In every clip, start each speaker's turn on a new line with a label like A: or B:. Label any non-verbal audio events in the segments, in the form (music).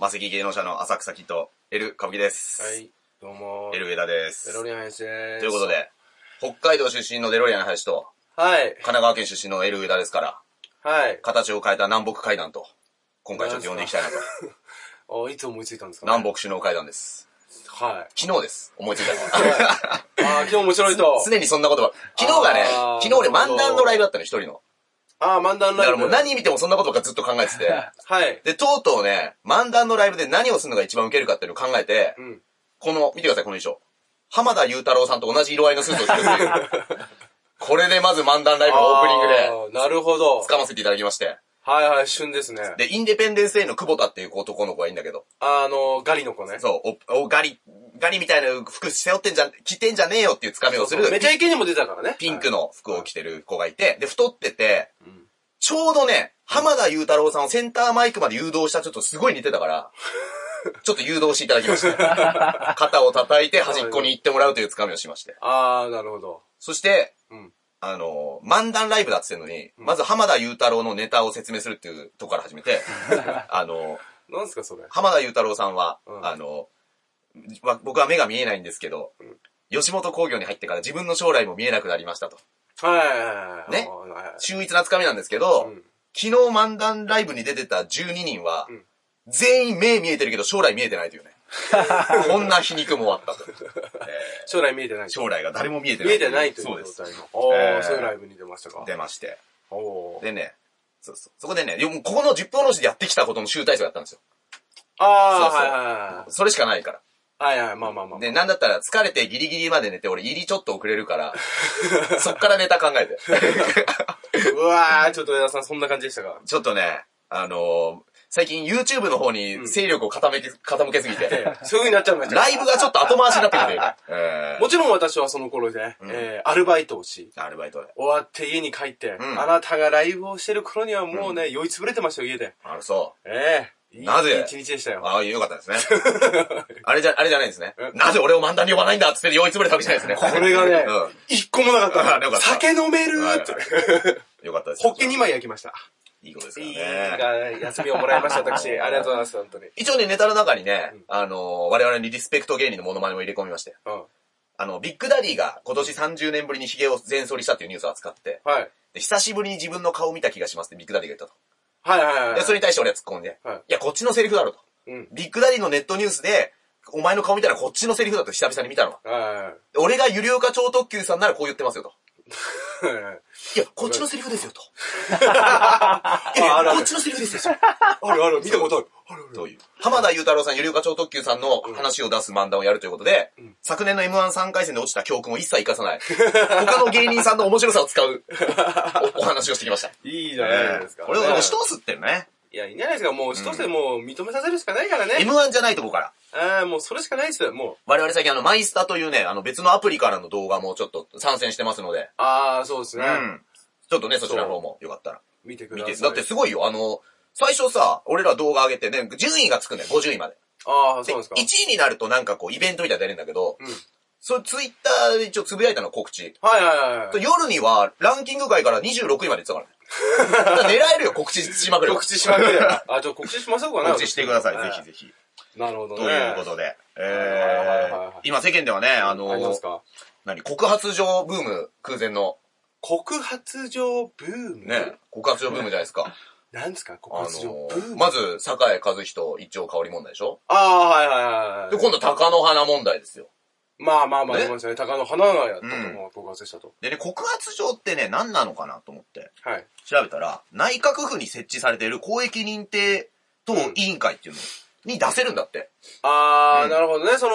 A: マセキ芸能者の浅草キッド、エル歌舞伎です。
B: はい、どうも。
A: エル上田です。
B: エロリアン林です。
A: ということ。で、北海道出身のデロリアン林と、
B: はい
A: 神、奈川県出身のエル上田ですから、
B: はい。
A: 形を変えた南北会談と、今回ちょっと呼んでいきたいなと。
B: あ、いつ思いついたんですか、
A: 南北首脳会談です。
B: 北。はい。
A: 昨日です。思いついたのは。
B: あー、昨日面白いと。
A: (laughs) 常にそんなことば、昨日がね
B: あ、ー
A: 昨日俺
B: なるほ
A: 漫
B: ど
A: 談のライブだったの、一人の。
B: あー、漫談
A: だ
B: ライ
A: から
B: ブ。
A: もう何見てもそんなことばっかずっと考えてて。
B: はい。
A: で、とうとうね、漫談のライブで何をするのが一番ウケるかっていうのを考えて、
B: うん。
A: この、見てください、この衣装。浜田雄太郎さんと同じ色合いのスーツを着てるっていう。
B: (laughs)
A: これでまず漫談ライブのオープニングで、
B: で。なるほど。
A: 掴ませていただきまして。
B: はいはい、旬ですね。
A: で、インデペンデンスへの久保田っていう男の子がいいんだけど、
B: あの、ガリの子ね。
A: そう、お、おガリ、ガリみたいな服背負ってんじゃん、着てんじゃねえよっていう掴みをする、
B: めちゃイケにも出たからね。
A: ピンクの服を着てる子がいて、で、太ってて、
B: ん
A: ちょうどね、浜田雄太郎さんをセンターマイクまで誘導したちょっとすごい似てた (laughs) から、ちょっと誘導していただきま (laughs) した。肩を叩いて端っこに行ってもらうというつかみをしまして。
B: あー、なるほど。
A: そして、
B: うん。
A: あの、漫談ライブだって言ってんのに、まず浜田雄太郎のネタを説明するっていうとこから始め (laughs) て、あの、
B: なんすか、それ。
A: 浜田雄太郎さんは、
B: うん
A: あの、わ僕は目が見えないんですけど、吉本興業に入ってから自分の将来も見えなくなりましたと。
B: はいはいはい。
A: ね
B: はいはい
A: 秀逸なつかみなんですけど、
B: うん
A: 昨日漫談ライブに出てた12人は、
B: ん
A: 全員目見えてるけど将来見えてないという
B: (laughs)
A: ね。こんな皮肉もあったと。
B: 将来見えてない。
A: 将来が誰も見えてな
B: 見
A: い。
B: えてないという
A: そうで
B: 状
A: す。
B: 態の。おー、
A: えー
B: そういうライブに出ましたか。
A: 出まして。
B: おー。
A: でね、そうそう。そこでね、いやもうここの10分おろしでやってきたことの集大成だったんですよ。
B: あー、
A: そう
B: は
A: そ
B: いうはいはい。
A: それしかないから。
B: はいはい、まあまあまあ。
A: で、なんだったら疲れてギリギリまで寝て、俺入りちょっと遅れる
B: (laughs)
A: から、そっからネタ考えて。 (laughs)
B: うわー、ちょっと江田さん、そんな感じでしたか。
A: ちょっとね、あのー最近 YouTube の方に勢力を傾け、傾けすぎて、
B: (laughs) そういう風になっちゃいました。
A: ライブがちょっと後回しになってくる、ね (laughs) え
B: もちろん私はその頃で、えーアルバイトをし、
A: ー、アルバイトで。
B: 終わって家に帰って、
A: ん
B: あなたがライブをしてる頃にはもうね、酔いつぶれてましたよ、家で。
A: あの、そ
B: ええいい
A: なぜ
B: 一日でした
A: う。
B: よ。
A: ああ、よかったですね。 (laughs) あれじゃ、あれじゃないんですね
B: う。ん
A: なぜ俺を漫談に呼ばないんだっつって酔いつぶれたわけじゃないですね。
B: これが
A: (laughs)
B: ね
A: うん、
B: 一個もなか
A: あ
B: っ
A: よか
B: た。
A: った
B: 酒飲める
A: はい
B: って。
A: よかったです。
B: ホッケ2枚焼きました。
A: いいことです
B: い
A: から
B: い
A: ね。
B: 休みをもらいました、私。ありがとうございます、本当に。
A: 一応ね、ネタの中にね、あのー我々にリスペクト芸人のモノマネも入れ込みまして、
B: うん。あ
A: あの、ビッグダディが今年30年ぶりにヒゲを全剃りしたっていうニュースを扱って、
B: はい。
A: で久しぶりに自分の顔を見た気がしますってビッグダディが言った
B: はいはいはい
A: と。
B: はい。
A: で、それに対して俺は突っ込んで、
B: はい
A: や、こっちのセリフだろと。
B: うん。
A: ビッグダディのネットニュースで、お前の顔見たらこっちのセリフだと久々に見たのは。
B: はいはいはい
A: で俺がゆりおか超特急さんならこう言ってますよと。
B: はいはい。
A: いや、こっちのセリフですよ
B: (laughs)
A: と。い
B: あ
A: や
B: あるあ
A: こ
B: る
A: っちのセリフですよ。
B: あるある、見たことある。あるある。
A: という。浜田雄太郎さん、ゆりおか超特急さんの話を出す漫談をやるということで、昨年の M13 回戦で落ちた教訓を一切活かさない。
B: (laughs)
A: 他の芸人さんの面白さを使うおお話をしてきました。
B: いい (laughs) じゃないですか。
A: これを押し通すってるね。
B: いや、いいんじゃないですか。もう、一つでもう認めさせるしかないからね。
A: M1 じゃないとこから。
B: ああ、もうそれしかないですよ、もう。
A: 我々最近あの、マイスタというね、あの別のアプリからの動画もちょっと参戦してますので、
B: ああ、そうですね。
A: うん。ちょっとね、そちらの方もよかったら
B: 見てく
A: 見
B: ださ
A: て。
B: い。
A: だってすごいよ、あの、最初さ、俺ら動画上げてね、順位がつくんだよ、50位まで。
B: ああ、
A: で、
B: そうなんですか。
A: 1位になるとなんかこう、イベントみたいなの出るんだけど、
B: うん。
A: それツイッターで一応つぶやいたの告知。
B: はいはいはいは
A: 夜には、ランキング外から26位まで行ってたから
B: (laughs)
A: ね。だから狙えるよ、告知しまく
B: い。
A: る。
B: 告知しまくれ。あ、ちょ、告知しましょうかね。
A: (laughs) 告知してください、
B: は
A: ぜひぜひ。
B: (laughs) なるほどね。
A: ということで。
B: はいは
A: え
B: いはいはい
A: ー、今世間ではね、あ
B: あり
A: の
B: ます、か
A: 何、告発状ブーム空前の、
B: 告発状ブーム
A: ね、告発状ブームじゃないですか。
B: なんですか告
A: あ
B: 発状
A: の
B: ブーム、
A: まず、坂井和人一丁香り問題でしょ
B: ああ、はいはいはい。
A: で、今度、高野花問題ですよ。
B: まあまあまあ、
A: ね
B: ありましたね。高野花がやったと
A: うん
B: も告発したと。
A: でね、告発状ってね、何なのかなと思って
B: はい。
A: 調べたら、内閣府に設置されている公益認定等委員会っていうのに出せるんだって。
B: ああ、
A: うん
B: なるほどね。そ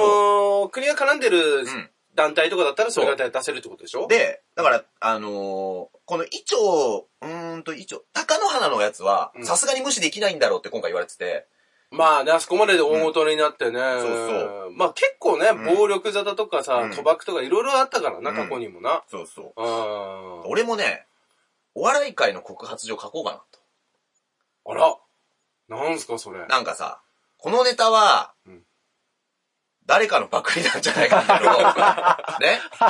B: の、国が絡んでる
A: ん
B: 団体とかだったら、それが出せるってことでしょ
A: で、だから、あのーこの伊調、うーんと伊調、高野花のやつは
B: う、ん
A: さすがに無視できないんだろうって今回言われてて、
B: まあね、あそこまでで大元になってね。
A: んそうそ
B: まあ結構ね、
A: ん
B: 暴力沙汰とかさ、
A: うん
B: 賭博とかいろいろあったからな、
A: うん
B: 過去にもな。
A: そうそう。
B: うん。あ
A: 俺もね、お笑い界の告発状書こうかなと。
B: ら、なんすかそれ。
A: なんかさ、このネタは
B: うん、
A: 誰かのパクリなんじゃないかっていうの
B: (laughs)
A: を、ね。な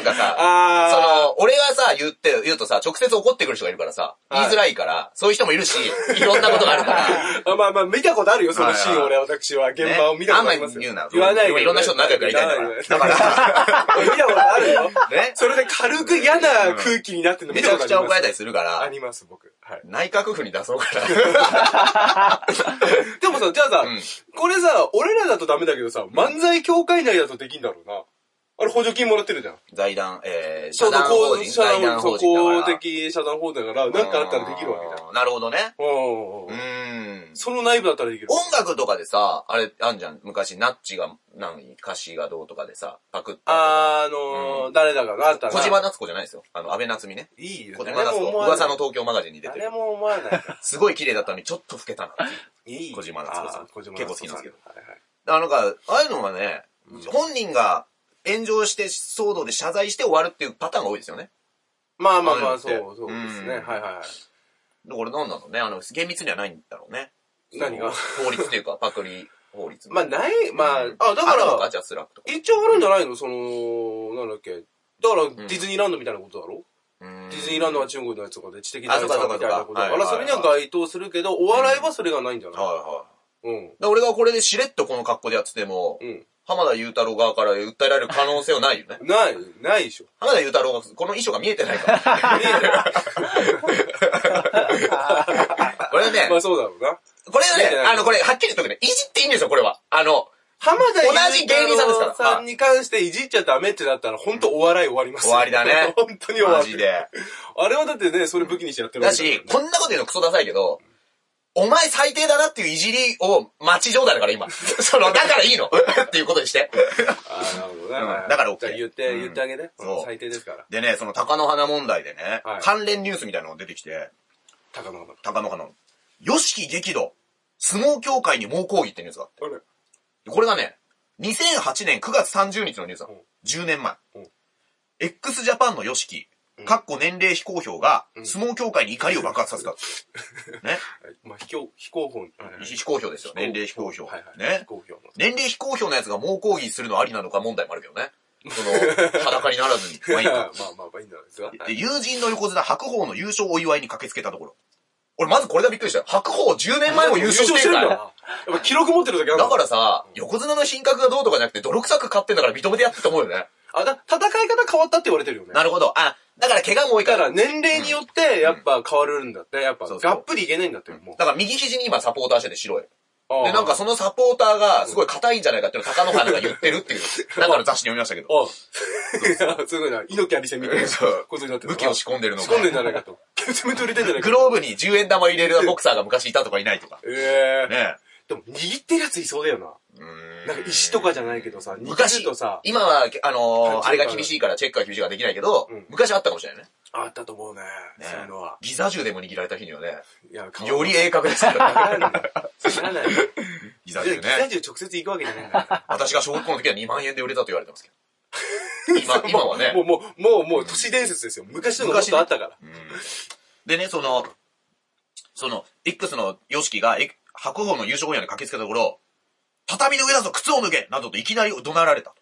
A: んかさ、そ
B: あ
A: の、俺がさ、言って、言うとさ、直接怒ってくる人がいるからさ、
B: はい
A: 言いづらいから、そういう人もいるし、いろんなことがあるから、
B: あ。まあまあ、見たことあるよ、そのシーン、
A: はいは
B: 俺、私は。 (laughs) 現場を見たことありますよ。
A: ねあんまり言うな
B: 言わないよ
A: いろんな人と仲良くやりたいんだから
B: 言 (laughs) わないよ見たことあるよ。
A: ね。
B: それで軽く嫌な空気になってんの
A: めちゃくちゃ怒られた
B: い。
A: りするか
B: あ
A: ら、
B: ります、僕。はい。
A: 内閣府に出そうか
B: でもさ、じゃあ (laughs) さ、
A: ら。うん。
B: これさ、俺らだとダメだけどさ、漫才協会内だとできんだろうな。あれ補助金もらってるじゃん。
A: 財団、えー、
B: 社
A: 社団
B: 団
A: 法
B: 法人、
A: 人、
B: 社
A: 財団
B: 団
A: 法
B: 法
A: 人だから。
B: 的社団法人だから、なんかあったらできるわけじゃん。
A: うん。なるほどね。
B: うん
A: うーん。
B: その内部だったらできる。
A: 音楽とかでさ、あれ、あんじゃん。昔、ナッチが、何、歌詞がどうとかでさ、パクった。
B: あのー誰だかがあったら。
A: 小島夏子じゃないですよ。あの、安倍夏美ね。
B: いいよ。
A: 小島夏
B: 誰も
A: 子、
B: 思わない
A: 噂の東京マガジンに出て
B: 誰
A: る。
B: も思わない。
A: すごい綺麗だったのに、ちょっと老けたなっていう。
B: いい。
A: 小島夏子さん
B: あー小島
A: 結構好
B: 夏子
A: きなんですけど
B: さん。はいはい
A: あのか、ああいうのはね、本人が炎上して騒動で謝罪して終わるっていうパターンが多いですよね。
B: まあまあま
A: ああいうの
B: あ、
A: っ
B: そ
A: て
B: う、そうですね。
A: うん
B: はいはいは
A: だから何なのね、あの、厳密にはないんだろうね。
B: い。何が
A: その法律っていうか、パクリ法律。
B: まあ、ない、まあ、あ、だ
A: あ
B: か、
A: るのからじゃあスラックとか。
B: 一応あるんじゃないのその、なんだっけ。だから、ディズニーランドみたいなことだろ
A: デ
B: ディズニーランド
A: は
B: は中国のやつとかで知的財産み
A: あそうかそう
B: た
A: か
B: いなことだか
A: はいはい
B: ら、それには該当するけど、お笑いはそれがないんじゃ
A: い
B: ない
A: は
B: うん。
A: い。だから俺がこれでしれっとこの格好でやってても、
B: うん。。
A: 浜田雄太郎側から訴えられる可能性はないよね
B: (laughs) ない、ないでしょ。
A: 浜田雄太郎がこの衣装が見えて (laughs) ない
B: (laughs)
A: から。これはね
B: ま、あそうだろうな。
A: これは
B: 見えてない
A: ね、あの、これ、はっきり言っとくね、いじっていいんですよ、これは。あの、
B: 浜田
A: 同じ芸人さんですから
B: さんに関していじっちゃダメってなったら、本当お笑い終わりますよ
A: 終わりだね
B: (laughs) 本当に終わ
A: マ
B: り。
A: ジ。で。
B: あれはだってね、それ武器にしてやってる
A: だ
B: わけ
A: し、
B: から
A: こんなこと言うのクソダサいけど、お前最低だなっていういじりを待ち状態だから
B: (laughs)
A: 今。その、だからいいのっていうことにして。
B: あーなるほど
A: う
B: ね。
A: ん
B: はいはい
A: だから OK
B: じゃあ言って、言ってあげて。
A: うんそう
B: 最低ですから。
A: でね、その高野花問題でね、
B: はい
A: 関連ニュースみたいなのが出てきて、
B: 高野さん。
A: 高野花の、よしき激怒、相撲協会に猛抗議ってニュースがあって。でこれがね、2008年9月30日のニュースなの
B: うん。
A: 10年前
B: うん。
A: x ジャパンの YOSHIKI、
B: うん
A: かっこ年齢非公表が、
B: ん
A: 相撲協会に怒りを爆発させた。ね。
B: まあ、非公、非公表。
A: 非公表ですよ。年齢非公表。
B: はいはい。非
A: ね。
B: 公表の。
A: 年齢非公表のやつが猛抗議するのありなのか問題もあるけどね。その、裸にならず
B: (laughs)
A: に。まあいい
B: ま
A: か
B: あまあまあ、いいんじゃないですか。
A: で、友人の横綱白鵬の優勝お祝いに駆けつけたところ。俺まずこれがびっくりしたよ。白鵬10年前も優勝してるか
B: (laughs)
A: ら。
B: 優勝してんだなやっぱ記録持ってる時ある。
A: だかららさ、横綱の品格がどうとかじゃなくて、泥臭く勝ってんだから認めてやってと思うよね。
B: あ、だ、戦い方変わったって言われてるよね。
A: なるほど。あ、だから怪我も多いか。
B: だからら年齢によって、やっぱ変わるんだって。やっぱ、
A: そうそう
B: がっぷりいけないんだって、もう
A: だから右肘に今サポーターしてて白い。。
B: あー
A: で、なんか、そのサポーターがすごい硬いんじゃないかっていうのを高野花が言ってるっていう、
B: (laughs)
A: なんかの雑誌に読みましたけど。
B: あ (laughs) あ。すごいな、猪木ありせみたいなことになってる。
A: 武器を仕込んでるの
B: 仕
A: か
B: 込んでんじゃないかと。ケツメと入れてんじゃないか
A: グローブに10円玉入れるボクサーが昔いたとかいないとか。
B: ブ。ええ。
A: ね
B: でも、握ってるやついそうだよな。
A: うー
B: なんか石とかじゃないけどさ、握って
A: 昔
B: るとさ、、
A: 今は、あのー
B: パ
A: あ
B: ンチ
A: れ
B: 力
A: が厳しいからチェックが厳しいからできないけど
B: うん、
A: 昔あったかもしれないね。
B: あったと思うね。そういうのは。
A: ギザ銃でも握られた日にはね、
B: いや、
A: より鋭角ですか
B: 変わ
A: ら
B: (laughs) らない。
A: (laughs)
B: 知らない。
A: ギ
B: じ
A: ザ
B: ゃあ、ギ
A: 銃
B: タ
A: ね。
B: 銃直接行くわけじゃないんだか
A: 私が小学校の時は2万円で売れたと言われてますけ
B: (laughs)
A: ど。今、今はね
B: ら。も。う、もう、もう、もう、都市伝説ですよ。昔のがもっとあったから。
A: でね、その、その、X の YOSHIKI が、え白鵬の優勝後に駆けつけたところ、畳の上だぞ靴を脱げなどといきなり怒鳴られたと。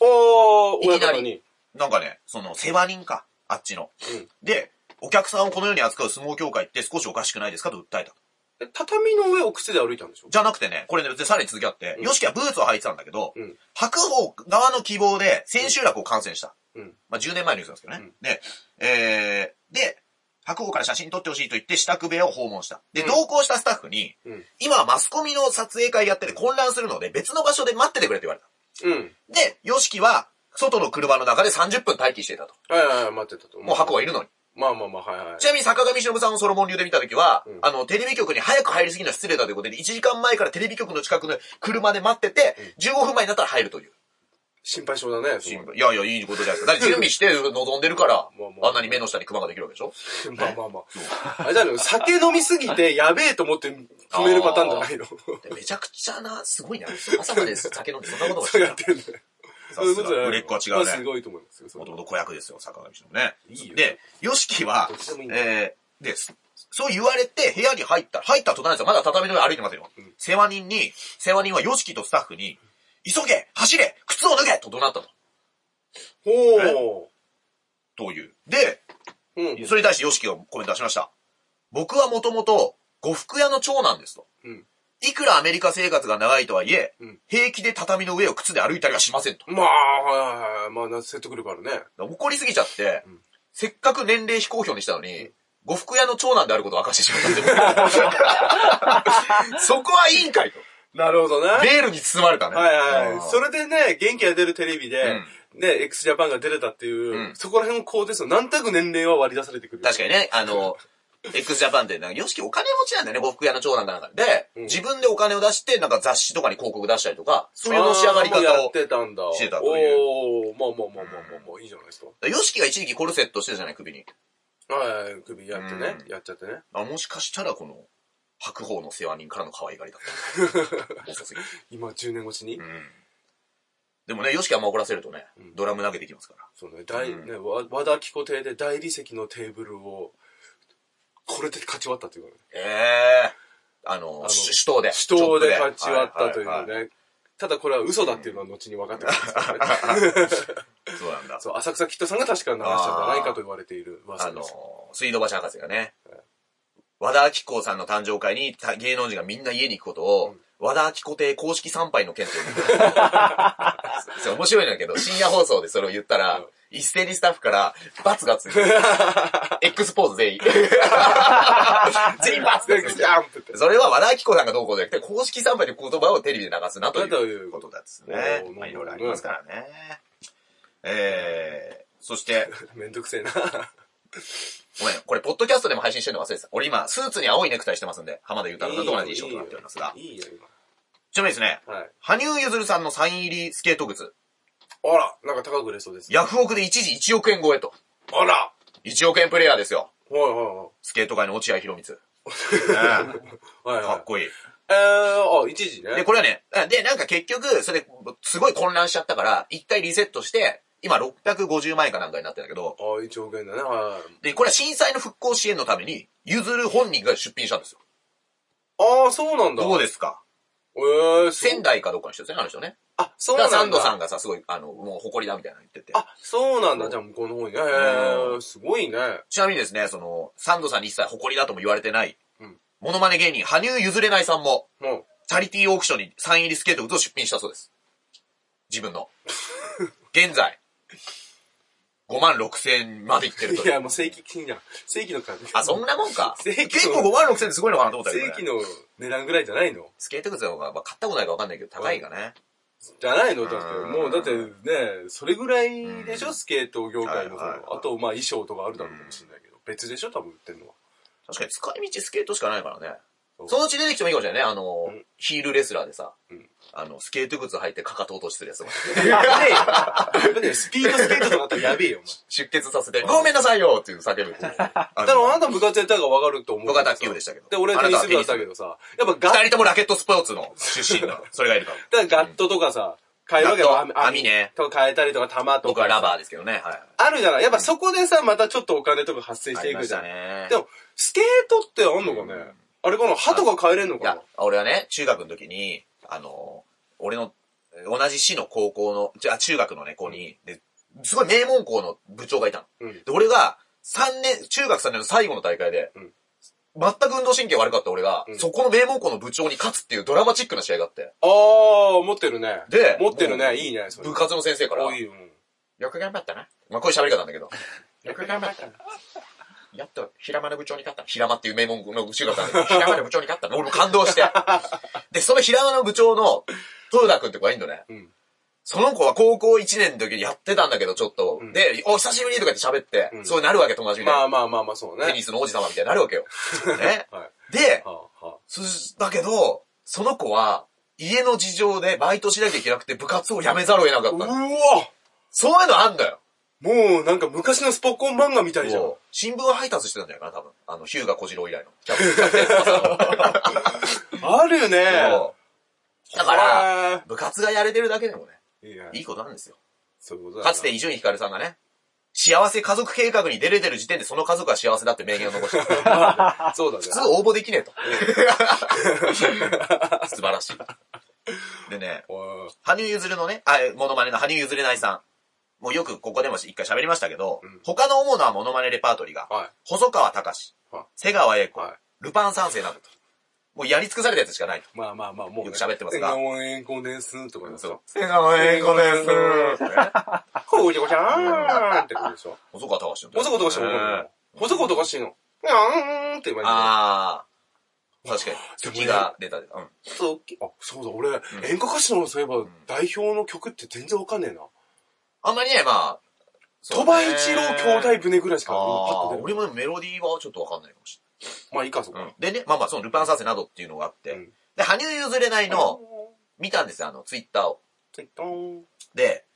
B: おー、
A: いきなり
B: 親方に。
A: なんかね、その、世話人か、あっちの。
B: うん
A: で、お客さんをこのように扱う相撲協会って少しおかしくないですかと訴えた。
B: え畳の上を靴で歩いたんでしょ
A: じゃなくてね、これね、でさらに続きあって、
B: うん
A: YOSHIKI はブーツを履いてたんだけど、
B: うん
A: 白鵬側の希望で千秋楽を観戦した。
B: うん
A: まあ、10年前のニュースなんですけどね。
B: うん
A: で、えー、で、白鵬から写真撮ってほしいと言って、支度部屋を訪問した。で、
B: うん
A: 同行したスタッフに、
B: うん
A: 今はマスコミの撮影会やってて混乱するので、別の場所で待っててくれって言われた。
B: うん。
A: で、YOSHIKI は、外の車の中で30分待機していたと。
B: はいはいはい、待ってたと思う。
A: もう白鵬がいるのに。
B: まあまあまあ、はいはい。
A: ちなみに坂上忍さんをソロモン流で見たときは、
B: うん
A: あの、テレビ局に早く入りすぎるのは失礼だということで、1時間前からテレビ局の近くの車で待ってて、15分前になったら入るという。
B: 心配性だね。
A: 新聞いやいや、いいことじゃないですか。だって準備して望んでるから
B: まあま、あ
A: あんなに目の下にクマができるわけでしょ
B: (laughs) そうまあまあまあ。あれじゃないの酒飲みすぎて、やべえと思って止めるパターンじゃないの
A: でめちゃくちゃな、すごいな。朝まで (laughs) 酒飲んでそんなことがし
B: (laughs) そ
A: てた
B: うやってるんだよ。
A: さすが売れっ子は違うね
B: まあすごいと思いますよ。そ
A: も
B: れは
A: ともと子役ですよ、坂上忍ね。
B: いいよ
A: で、ヨシキは
B: どっちでもいい、んだ
A: えー、で、そう言われて部屋に入った、入った途端ですよ。まだ畳の上歩いてますよ。
B: うん
A: 世話人に、世話人はヨシキとスタッフに、急げ走れ靴を脱げと怒鳴ったの。
B: ほ
A: という。で、
B: う。うん。
A: それに対してヨシキがコメント出しました。僕はもともと、呉服屋の長男ですと。
B: うん
A: いくらアメリカ生活が長いとはいえ、
B: うん
A: 平気で畳の上を靴で歩いたりはしませんと。
B: まあ、はいはいはい。まあな、説得力あるね。
A: 怒りすぎちゃって、
B: うん
A: せっかく年齢非公表にしたのに、呉服屋の長男であることを明かしてしまったん
B: (laughs)
A: ですよ。そこはいいんかいと。
B: なるほどね。はい
A: レールに包まれたね。
B: はい
A: あ
B: は
A: ー
B: い。それでね、元気が出るテレビで、ね、x ジャパンが出れたっていう
A: う、ん
B: そこら辺をこうですよ。なんとなく年齢は割り出されてくる。
A: 確かにね、あの、x ジャパンって、なんか、ヨシキお金持ちなんだよね、呉服屋の長男かなんかで。で、
B: うん
A: 自分でお金を出して、なんか雑誌とかに広告出したりとか、そういうのし上がり
B: あーもう
A: 方
B: や
A: を
B: っ。てたんだ。
A: してたという
B: おー、まあまあまあまあまあまあ、いいじゃないですか。
A: ヨシキが一時期コルセットしてたじゃない、首に。
B: はいはいはい、首やってね
A: う。
B: やっちゃってね。
A: あ、もしかしたらこの、白鵬の世話人からの可愛がりだ
B: (laughs)
A: った。遅すぎる。
B: 今10年越しに
A: うん。でもね、ヨシキあんま怒らせるとね
B: う、ん
A: ドラム投げてきますから。
B: そうね、大、
A: うん
B: ね、わ和田貴子邸で大理石のテーブルを、これで勝ち割ったということね。
A: ええあの、
B: の
A: し主導で。
B: 死闘で勝ち割ったというね。
A: ははは
B: ただこれは嘘だっていうのは後に分かってきますからね。
A: いそうなんだ。
B: そう、浅草キッドさんが確か流したんじゃないかと言われている
A: あ
B: 噂で
A: の
B: す。、
A: 水道橋博士がね、和田明子さんの誕生会にた芸能人がみんな家に行くことを、和田明子亭公式参拝の件と呼ん
B: (laughs)
A: でるそう面白いんだけど、深夜放送でそれを言ったら、一斉にスタッフから、罰
B: (laughs)
A: がついてる。X ポーズ全員。全員罰がついて
B: ジ
A: る。
B: ャンプって。
A: それは和田明子さんがどうこうじゃなくて、公式参拝という言葉をテレビで流すなと
B: だと
A: い
B: いうう
A: こ
B: こと
A: です
B: ね
A: ね。まあ
B: なるほどね
A: いろいろありますからね。えー、そして、
B: めんどくせ
A: (laughs)
B: えな。
A: ごめん、これ、ポッドキャストでも配信してるの忘れてた。俺今、スーツに青いネクタイしてますんで、浜田裕太郎さんと同じ衣装となっておりますが。
B: いいよ、
A: ちなみにですね、
B: 今。はい。
A: 羽生結弦さんのサイン入りスケート靴、
B: あら、なんか高く売れそうです。
A: ヤフオクで一時1億円超えと。
B: あら
A: 1億円プレイヤーですよ。
B: はいは
A: スケート界の落合博満。ね
B: いはい。 (laughs) はい
A: えか
B: は
A: っこいい。
B: い。えー、あ、一時
A: で、
B: ね。
A: これはね、で、なんか結局、それ、すごい混乱しちゃったから、一回リセットして、今650万円かなんかになってるんだけど、
B: あ、一億円だね。はいはいはい。
A: で、これは震災の復興支援のために、譲る本人が出品したんですよ。
B: ああ、そうなんだ。
A: どうですか
B: えー、そう
A: 仙台かどっかの人ですね、あの人ね。
B: あ、そ
A: だ
B: う
A: か
B: な
A: ら
B: んだ。
A: サンドさんがさ、すごい、あの、もう誇りだみたいなの言ってて。
B: あ、そうな
A: そ
B: んだ。
A: う
B: じゃあ向こうの方にね。へ
A: う
B: ー、すごいね。
A: ちなみにですね、その、サンドさんに一切誇りだとも言われてない、
B: うん
A: モノマネ芸人、羽生譲れないさんも、
B: も
A: チャリティーオークションにサイン入りスケート靴を出品したそうです。自分の。現在、5万6千までいってると
B: う。い
A: いう。
B: や、もう正規金じゃん。正規の感じ。
A: あ、そんなもんか。
B: 正規の
A: 結構5万6千ってすごいのかなと思ったけ
B: 正
A: ど、ね
B: 規。の値段ぐらいじゃないの
A: スケート靴の方が、まあ、買ったことないかわかんないけど、高いがね。
B: じゃないのだって
A: うん。
B: もう、だってね、それぐらいでし
A: う
B: ょ
A: ん
B: スケート業界の方
A: はいはいはい
B: の。あと、まあ衣装とかあるだろうかもしれないけど。別でしょ多分売ってんのは。
A: 確かに使い道スケートしかないからね
B: そ。う
A: そのうち出てきてもいいかもしれないね。あの、
B: うん
A: ヒールレスラーでさ、
B: うん
A: あの、スケート靴履いてかかと落としするやつと
B: (laughs)
A: か。
B: やべえよ。ねスピードスケートとかだったらやべえよ、お前。
A: 出血させて、ごめんなさいよっていう叫ぶ。
B: (laughs) だからあ
A: あ
B: なた部活やったからわかると思う。
A: 僕は卓球部でしたけど。
B: で、俺はテニス部だったけ
A: ど。
B: どさ。やっぱガッ
A: 二人ともラケットスポーツの出
B: (laughs)
A: 身の、それがいるから。
B: だからガットとかさ、変えるわけよ
A: ガット網ね。
B: とか変えたりとか弾とか。
A: 僕はラバーですけどね。はい。
B: あるじゃないやっぱそこでさ、またちょっとお金とか発生し
A: あ
B: て
A: り
B: い
A: ま
B: く
A: し
B: じゃ
A: た
B: ん。
A: ね。
B: でも、スケートってあんのかね、
A: うん
B: あれかな歯とか変えれんの
A: い
B: か
A: や
B: な、
A: 俺はね、中学の時に、あの、俺の、同じ市の高校の、じゃあ中学のね、子に、で、すごい名門校の部長がいたの。
B: うん。
A: で、俺が、三年、中学3年の最後の大会で、
B: うん
A: 全く運動神経悪かった俺が、
B: うん
A: そこの名門校の部長に勝つっていうドラマチックな試合があって、
B: あー、持ってるね。
A: で
B: 持ってる
A: もう
B: ね。いいね、それ。
A: 部活の先生から、
B: 多い
A: よ
B: よ。うん
A: く頑張ったな。まあ、こういう喋り方なんだけど、よく頑張ったな。やっと、平間の部長に勝った。平間っていう名門の中学なんだけど、平間の部長に勝った。俺も感動して。で、その平間の部長の、豊田くんって子がいいんだよね。
B: うん。
A: その子は高校1年の時にやってたんだけど、ちょっと。
B: うん
A: で、お、久しぶりとか言って喋って、
B: うん
A: そうなるわけ、友達みたいな。
B: まあまあまあまあ、そうね。
A: テニスの王子様みたいになるわけ
B: (laughs)
A: よ。ね。
B: はい。
A: で、
B: はあ、は
A: すだけど、その子は、家の事情でバイトしなきゃいけなくて部活を辞めざるを得なか
B: あ、う
A: った
B: わ
A: の。そういうのあんだよ。
B: もうなんか昔のスポコン漫画みたいじゃん。
A: もう新聞配達してたんじゃないかな、多分。あの、ヒューガ小次郎以来の。キャプキャプテン翼の
B: あるよね。
A: そうだから、
B: ら。
A: 部活がやれてるだけでもね、
B: いや、
A: いいことなんですよ。
B: そういうことだな
A: かつて伊集院光さんがね、幸せ家族計画に出れてる時点でその家族は幸せだって名言を残して (laughs) る。
B: そうだ
A: 普通
B: ね。
A: 応募できね
B: (laughs)
A: えと。素晴らしい。でね、
B: おい
A: 羽生結弦のね、あ、モノマネの羽生結弦内さん。もうよくここでも一回喋りましたけど、
B: うん
A: 他の主なモノマネレパートリーが、
B: は
A: 細川隆
B: はい、
A: 瀬川栄
B: い。
A: 子、
B: は
A: ルパン三世などと。もうやり尽くされたやつしかないと。
B: い。まあまあまあ、もう、
A: よく喋ってますが
B: 笑顔円弧ですとか言うんですよ。
A: 瀬川
B: 栄子 (laughs) です
A: す。
B: ほうじこちゃーんってことで
A: (laughs)
B: しょ。
A: 細川隆の。
B: 細子とかしいの細子とかしいの。やーんって言われて。
A: あー。確かに。
B: でもね
A: 月が出た。うん。
B: あ、そうだ、俺、演歌歌手のそういえば、代表の曲って全然わかんねえな。
A: あんまりね、まあ。そう
B: 鳥
A: ね
B: 羽一郎兄弟船ぐらいしか、パ
A: あ
B: ッ
A: ー
B: と出
A: 俺
B: る。
A: もメロディーはちょっとわかんないかもし
B: まあいいか、そこ
A: れ。ない。でね、まあまあ、そのルパン三世などっていうのがあって。
B: うん
A: で、羽生譲れないの、、見たんですよ、あの、ツイッターを。
B: ツイッター。
A: で、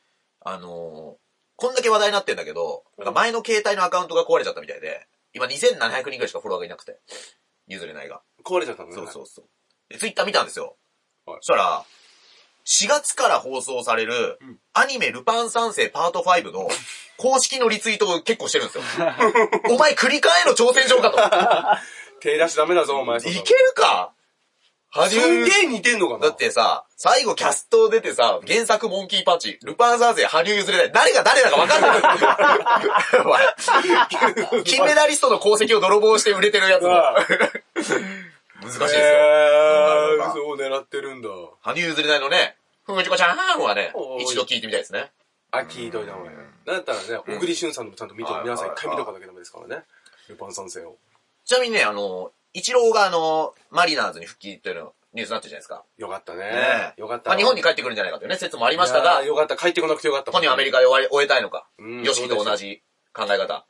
A: あのーこんだけ話題になってんだけど、なんか前の携帯のアカウントが壊れちゃったみたいで、今2700人ぐらいしかフォロワーがいなくて、譲れないが。
B: 壊れちゃったのね。。
A: そうそううそう。で、ツイッター見たんですよ。
B: はい
A: そしたら、4月から放送される
B: うん、
A: アニメルパン三世パート5の、公式のリツイートを結構してるんですよ。 (laughs) お前繰り返えの挑戦状かと。
B: 手出しダメだぞ、お前。
A: いけるか羽
B: す
A: 生
B: んげえ似てんのか
A: だ
B: な
A: っ。てさ、最後キャスト出てさ、原作モンキーパンチ、ルパン三世、羽生譲れない。誰が誰だか分かん
B: (laughs)
A: ない。お前金メダリストの功績を泥棒して売れてるやつ
B: うん
A: も難しいですよ。
B: へ
A: 動画動
B: ー、そう狙ってるんだ。
A: 羽生譲れないのね、ふんちこちゃんはね
B: お、ー
A: 一度聞いてみたいですね。
B: あ、聞いといた方がいい。なんだったらね、小栗旬さんのもちゃんと見て
A: は、い
B: 皆さん
A: は
B: 一
A: い
B: 回見とかなきゃダメですからね。ルパン三世を。
A: ちなみにね、あの、一郎があの、マリナーズに復帰というのニュースになってるじゃないですか。
B: よかった
A: ね
B: ね。
A: え
B: よかった。
A: まあ、日本に帰ってくるんじゃないかというね、説もあり
B: い
A: ましたが
B: やー、よかった。帰ってこなくてよかった。
A: トニーアメリカで終わり終えたいのか。
B: うん
A: ヨシキと同じ考え方。
B: カ。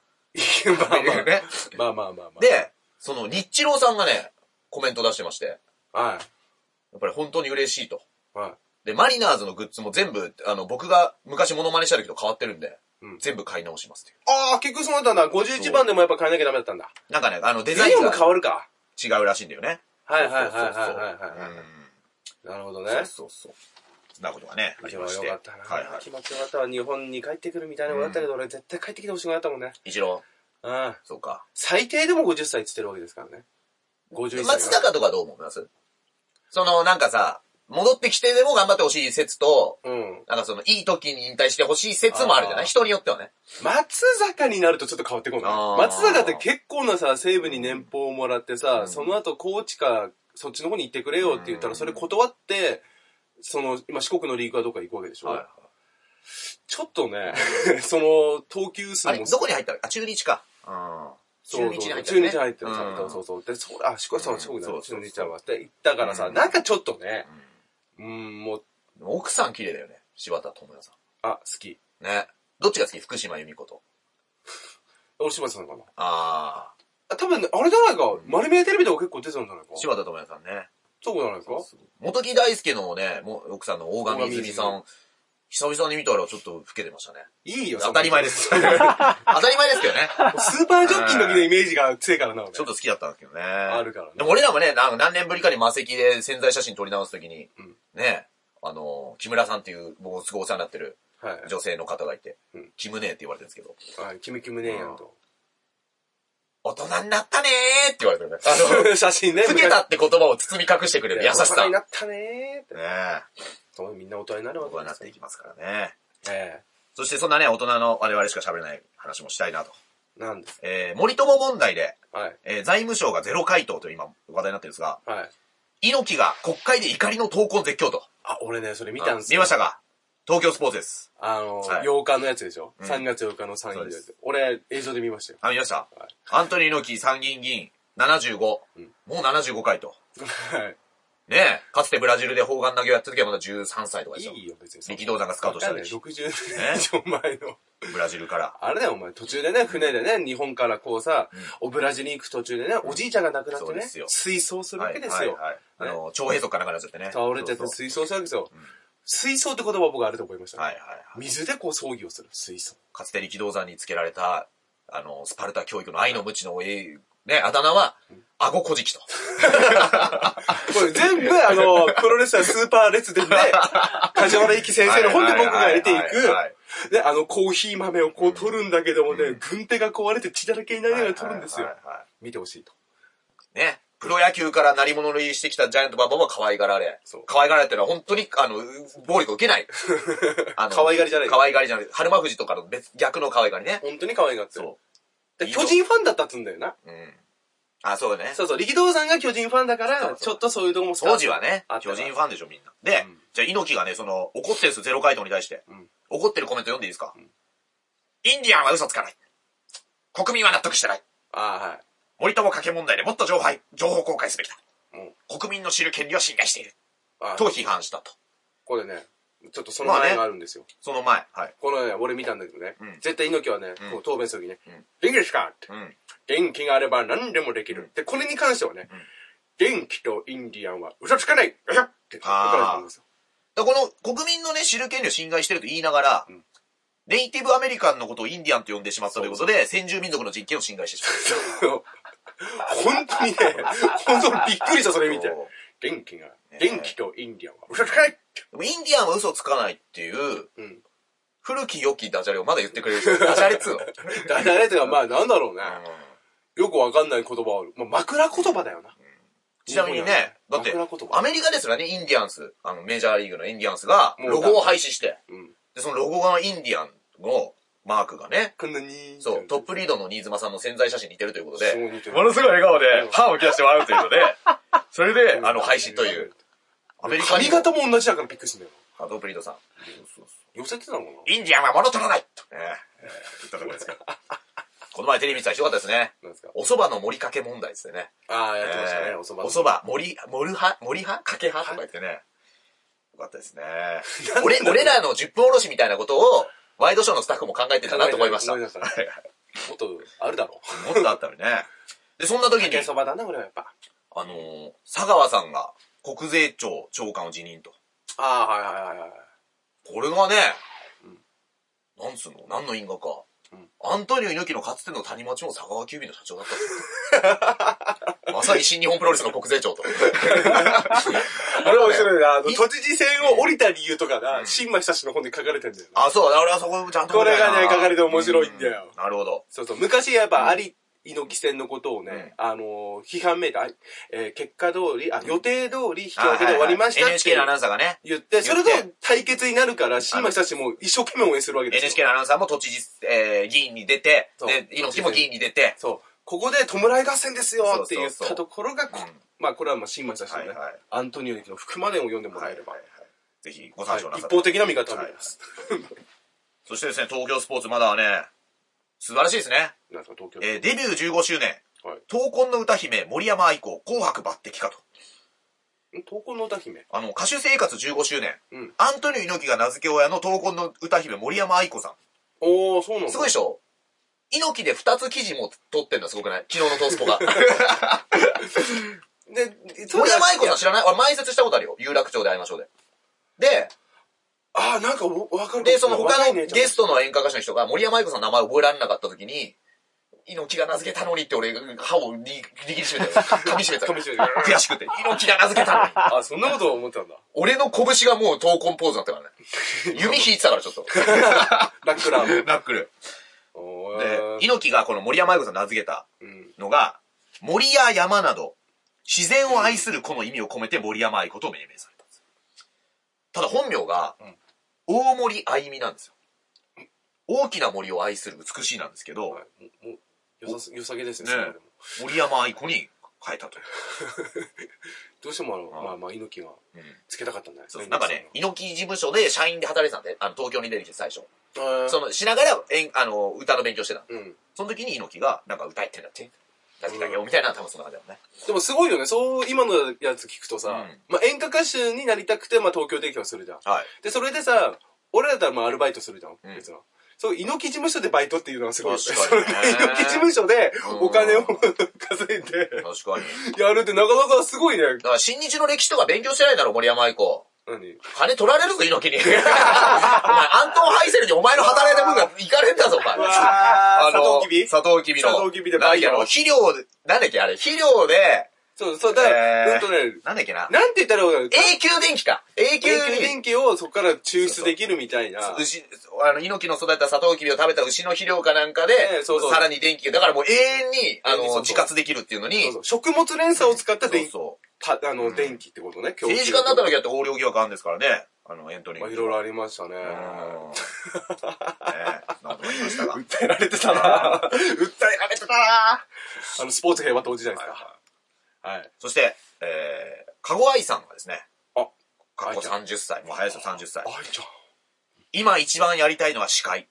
B: まあまあ
A: ね
B: (laughs) まあまあまあま
A: (laughs)
B: あ。、
A: で、その、日郎さんがね、コメント出してまして、や
B: は
A: っぱり本当に嬉しいと。
B: い。はい。
A: で、マリナーズのグッズも全部、あの、僕が昔モノマネした時と変わってるんで、
B: うん
A: 全部買い直しますってい
B: ああ、結局そうなったんだ。51番でもやっぱ変えなきゃダメだったんだ。
A: う。なんかね、あの、デ
B: デ
A: ザ
B: ザ
A: イ
B: イ
A: ン
B: ンも
A: が
B: 変わるか。
A: 違うらしいんだよね。
B: はいはいはいはい
A: そう
B: は
A: そう
B: い
A: そうう
B: は
A: ん
B: い。なるほどね。
A: そうそうそう。そんなことがね、あ
B: 今日
A: り
B: は
A: まし
B: よ
A: て。
B: かったな。
A: はいはい。
B: 気持ちよかったわ。日本に帰ってくるみたいなのがあったけど、俺絶対帰ってきてほしくなかったもんね。
A: 一郎、
B: うん。
A: そうか。
B: 最低でも50歳っつってるわけですからね。51歳。
A: 松坂とかどう思いますその、なんかさ、戻ってきてでも頑張ってほしい説と、
B: うん。
A: なんかその、いい時に引退してほしい説もあるじゃな
B: あ
A: い
B: ー
A: 人によってはね。
B: 松坂になるとちょっと変わってこ
A: あ
B: な
A: ー
B: い。松坂って結構なさ、西武に年俸をもらってさ、
A: うん
B: その後高知か、そっちの方に行ってくれよって言った
A: う
B: ら、
A: ん
B: それ断って、その、今四国のリーグはどっか行くわけでしょ、
A: はい
B: ちょっとね、その、投球数
A: あ
B: も。
A: れ、どこに入ったのあ、中日か。うん。
B: そう
A: 中
B: そう
A: 日に入った
B: 中日に入ってる
A: うん
B: そうそうそう。で、それ、あ、四国、そうう、
A: ん
B: 四国だ
A: そうそうそ
B: 中
A: う
B: 日ちゃんは。で、行ったからさ、
A: うん
B: なんかちょっとね、うん、もう、
A: 奥さん綺麗だよね。柴田智也さ
B: あ、好き。
A: ん。ね。どっちが好き福島由美子と。
B: 俺、柴田さんかな。
A: あ
B: あ、多分ね、あれじゃないか、丸見えテレビとか結構出てたんじゃないか
A: ー。。柴田智也さんね。
B: そうじゃないですか
A: 元木大輔のね、もう奥さんの大神泉さん。久々に見たらちょっと老けてましたね。
B: いいよ、
A: 当たり前です。当たり前ですけど
B: (laughs)
A: ね。 (laughs)
B: スーパージョッキーの時のイメージが強いからな、俺
A: ちょっと好きだったんですけどね。
B: あ
A: あ
B: るからね
A: でも俺らもね、なんか何年ぶりかに魔石で潜在写真撮り直すときに、
B: ん
A: ね、あの、木村さんっていう、僕すごいお世話になってる
B: はい。
A: 女性の方がいて、
B: うん
A: キムネーって言われてるんですけど、
B: はい、キムキムねえやんと。
A: 大人になったねーって言われてるね。あ (laughs) の、
B: 写真ね。
A: つけたって言葉を包み隠してくれる優し
B: 大人
A: さ。
B: に
A: ね
B: なったねーって。
A: え、
B: そうみんな大人になるわ
A: 僕
B: け
A: は
B: で
A: なっ
B: す
A: て
B: よ
A: いきますからね。
B: え
A: そしてそんなね、大人の我々しか喋れない話もしたいなと。
B: え。なんです。
A: えー、森友問題で、
B: はい。
A: えー財務省がゼロ回答という今話題になってるんですが、
B: はい。
A: 猪木が国会で怒りの闘魂絶叫と。
B: あ、俺ね、それ見たんす
A: 見
B: よ。
A: ましたか東京スポーツです。
B: あの、
A: はい
B: 8日のやつでしょ、
A: ん
B: ?3 月8日の参議院のや
A: そ
B: つ。俺、映像で見ましたよ。
A: あ、見ました、
B: はい
A: アントニー猪木参議院議員75、
B: ん
A: もう75回と。
B: はい。
A: ねえ、かつてブラジルで砲丸投げをやった時はまだ13歳とかでしょ。
B: いいよ、別に。
A: 力道山がスカウトした
B: ね。
A: 時
B: 60年以上前の。
A: ブラジルから。
B: あれだよ、お前、途中でね、船でね、日本からこうさ、おブラジルに行く途中でね、おじいちゃんが亡くなっ
A: そ
B: て
A: うで
B: ね
A: すよ、
B: 水槽するわけですよ。
A: はいはいはい、あの、超閉塞かなんかになっちゃってね。
B: 倒れちゃって
A: そうそう
B: 水槽するわけですよ。水槽って言葉僕はあると思いました、
A: はいはいはい。
B: 水でこう葬儀をする、水槽。
A: かつて力道山につけられた、あの、スパルタ教育の愛の無知の、えーね、あだ名は、顎こじきと。
B: これ全部あの、プロレスラースーパーレッツでね、梶原一騎先生の本で僕が得てい
A: はいはいはいはい
B: く、ね、あのコーヒー豆をこう取るんだけどもね、軍手が壊れて血だらけになりながら取るんですよ
A: はい。はいはいは
B: 見てほしいと。
A: いね。プロ野球から成り物入りしてきたジャイアントババアは可愛がられ
B: そう。
A: 可愛がられてのは本当に、あの、暴力を受け
B: (laughs)
A: ない。あの
B: 可愛がりじゃない
A: 可愛がりじゃない。春馬富士とかの別、逆の可愛がりね。
B: 本当に可愛がってる
A: そ。
B: で巨人ファンだったっつうんだよな。
A: う。うん。あ、そうだね。
B: そうそう、力道さんが巨人ファンだか
A: そうそ
B: ら、
A: う
B: ちょっとそういうとこも
A: 当時はね
B: あっ、た
A: 巨
B: な
A: 人ファンでしょ、みんな。で、
B: うん
A: じゃあ猪木がね、その、怒ってるんですよ、ゼロ回答に対して。
B: うん
A: 怒ってるコメント読んでいいですか、インディアンは嘘つかない。国民は納得してない。
B: あ
A: 森友賭け問題でもっと情報情報公開すべきだ。
B: あ、はい。うん
A: 国民の知る権利を侵害している。
B: あ
A: と批判したと。
B: これね、ちょっとその前があるんですよ。
A: その前。はい。
B: このね、俺見たんだけどね、
A: うん
B: 絶対猪木はね、こう答弁するときね、
A: ん
B: 元気ですかって
A: う。ん。
B: 元気があれば何でもできる。で、これに関してはね、元気とインディアンは嘘つかないよいしょって怒られたんですよ。
A: だからこの国民のね、知る権利を侵害してると言いながら、
B: ん
A: ネイティブアメリカンのことをインディアンと呼んでしまったということで、先住民族の人権を侵害してしまった。
B: (laughs) 本当にね、本当にびっくりした、それ見て
A: そう。
B: 元気が、
A: ね
B: 元気とインディアンは嘘つかないって。
A: でもインディアンは嘘つかないっていう、
B: うん。
A: 古き良きダジャレをまだ言ってくれる人。ダジャレっつう (laughs) の。
B: だ (laughs) 誰とか、まあなんだろうね。よくわかんない言葉ある。まあ枕言葉だよな。
A: ちなみにね、だって
B: 枕言、葉
A: アメリカですらね、インディアンス、あの、メジャーリーグのインディアンスが、
B: もう
A: ロゴを廃止して、
B: うん。
A: で、そのロゴがインディアンのマークがね、
B: こんなに。
A: そう、トップリードの新妻さんの潜在写真に似てるということ
B: そう
A: で
B: 似て、る
A: ものすごい笑顔で
B: うん、
A: 歯を切らして笑うというので、それで、あの、廃止という。。アメリカに
B: 髪型も同じだからびっくりしたんだよ。
A: あトップリードさん。
B: 寄せてたのかな
A: インディアンは物取らないとね、えー言ったところですけど。 (laughs) この前テレビ見てたらひどかったですね。
B: なんですか
A: お蕎麦の盛りかけ問題ですよね。
B: ああ、やってましたね、
A: えー
B: おそば。
A: お蕎麦、森、森派、森派かけ派とか言ってね。よかったですね。
B: (laughs) なん
A: 俺
B: で、
A: 俺らの10分おろしみたいなことを、ワイドショーのスタッフも考えてたなと思いました。
B: 考えてた
A: は
B: 思いま
A: い
B: もっとあるだろ
A: もっとあったのにね。で、そんな時
B: う。
A: に
B: け、そばだな、俺はやっぱ。
A: あのー佐川さんが国税庁長官を辞任と。
B: ああ、はいはいはいはい。
A: これがね、なんつうの何の因果か。
B: うん
A: アントニオ猪木のかつての谷町の佐川急便の社長だったんですよ (laughs) まさに新日本プロレスの国税庁と。
B: あれ面白いな。あの
A: い
B: 都知事選を降りた理由とかが、新町久志の本に書かれてんだよな。
A: あ、そうだ、俺はそこちゃんと
B: これがね
A: 見たいな
B: 書かれて面白いんだよ
A: うなるほど。
B: そうそう。昔やっぱ、あり、猪木戦のことをね、あのー、批判めいた、あえー結果通り、あ、予定通り引き分けで終わりました
A: はいはいはい
B: っ
A: NHK のアナウン
B: て
A: サーがね、
B: 言って、それと
A: 言って
B: 対決になるから、新町久志も一生懸命応援するわけですよ。
A: NHK のアナウンサーも都知事、えー議員に出て、
B: そう
A: で、猪木も議員に出て、
B: そう。ここで弔い合戦ですよって言っ
A: そうそうそ
B: た
A: う
B: ところが、こ
A: うん
B: まあこれはまあ新町さんのね、
A: はいはい
B: アントニオ猪木の福までを読んでもらえれば、
A: ぜひご参照なさ
B: 一
A: って、
B: 方的な見方をます。
A: (laughs) そしてですね、東京スポーツまだはね、素晴らしいですね。
B: なんですか、東京
A: えーデビュー15周年、
B: はい
A: 闘魂の歌姫森山愛子紅白抜擢かと。
B: ん闘魂の歌姫。
A: あの、歌手生活15周年、
B: うん
A: アントニオ猪木が名付け親の闘魂の歌姫森山愛子さ
B: おー、そうなん
A: ん。
B: だ。
A: すごいでしょ猪木で2つ記事も取ってんのすごくない昨日のトースポ
B: (laughs)
A: が。
B: で、
A: 森山愛子さん
B: だ。
A: 知らない俺前説したことあるよ。有楽町で会いましょうで。で、
B: あー、なんかおわかる
A: で、その他のゲス
B: ト。
A: トの演歌歌手の人が森山愛子さんの名前を覚えられなかった時に、猪木が名付けたのにって俺、歯を握りしめたよ。噛みしめたよ。
B: 噛み締めた
A: 悔しくて。猪木が名付けたのに。
B: (laughs) あ、そんなこと思ってたんだ。
A: 俺の拳がもう闘魂ポーズになったからね。 (laughs) 弓引いてたからちょっと。
B: ラックラーム。
A: ナックル。
B: お
A: で
B: ー、
A: 猪木がこの森山愛子さん名付けた
B: うん。
A: のが、森や山など、自然を愛する子の意味を込めて森山愛子と命名されたんですよ。ただ本名が
B: うん、
A: 大森愛美なんですよ。大きな森を愛する美しいなんですけど、
B: はいももう、よさす、よさげですね。
A: ね
B: それでも
A: 森山愛子に変えたという。
B: どうしてもあの、
A: あー
B: まあまあ、猪木が
A: うん
B: つけたかったんだよ。
A: そうなんかね、猪木事務所で社員で働いてたんで、あの、東京に出てきて最初。
B: えー、
A: その、しながら、えんあの、歌の勉強してたの。
B: うん。
A: その時に猪木が、なんか歌えってんだって。出してあげようみたいな、多分そんな感じだよね。
B: でもすごいよね。そう、今のやつ聞くとさ、
A: うん
B: まあ演歌歌手になりたくて、まあ東京提供するじゃん。
A: はい。
B: で、それでさ、俺だったらまあアルバイトするじゃん、
A: うん
B: 別の。そう、猪木事務所でバイトっていうのはすごいよね。
A: 確
B: (laughs) そ
A: かに
B: れ
A: ね
B: で猪木事務所で
A: うん
B: お金を (laughs) 稼いで
A: 確かに。
B: やるってなかなかすごいね。
A: だから、新日の歴史とか勉強してないだろ、森山愛子。
B: 何
A: 金取られるぞ、猪木に。お (laughs) 前、アントン・ハイセルにお前の働いた分がいかれんだぞ、お前。
B: わー、佐藤きび
A: 佐藤きびの。
B: 佐藤きびでバイト
A: なんだっけあの肥料で、なんだっけ、あれ、肥料で、
B: そう、そう、だから、
A: えー
B: うんとね、
A: なんだっけな。
B: なんて言ったらいいのかな
A: 永久電気か永久
B: 永久
A: 電気
B: 電気をそこから抽出できるみたいな。
A: 牛、あの、猪木の育てたサトウキビを食べた牛の肥料かなんかで、
B: ええそうそう
A: さらに電気が、だからもう永遠に、あ
B: そう
A: の、
B: そう
A: 自活できるっていうのに、
B: そうそう食物連鎖を使った電気、
A: そう
B: パあ
A: う
B: の、
A: ん
B: 電気ってことね、
A: そう政治家になった時
B: け
A: だって横領疑惑あるんですからね、あの、エントリー。
B: (laughs) まあ、いろいろありましたね。
A: うん。ねえ、なんとか言いましたが。訴
B: 訴えられてたな訴え
A: えられてたな
B: あの、スポーツ平和党時代です
A: はい
B: か。はい。
A: そして、えー、かごあいさんがですね、
B: あ、
A: 過去30歳、もう早いですよ30歳。
B: あいちゃん、
A: 今一番やりたいのは司会。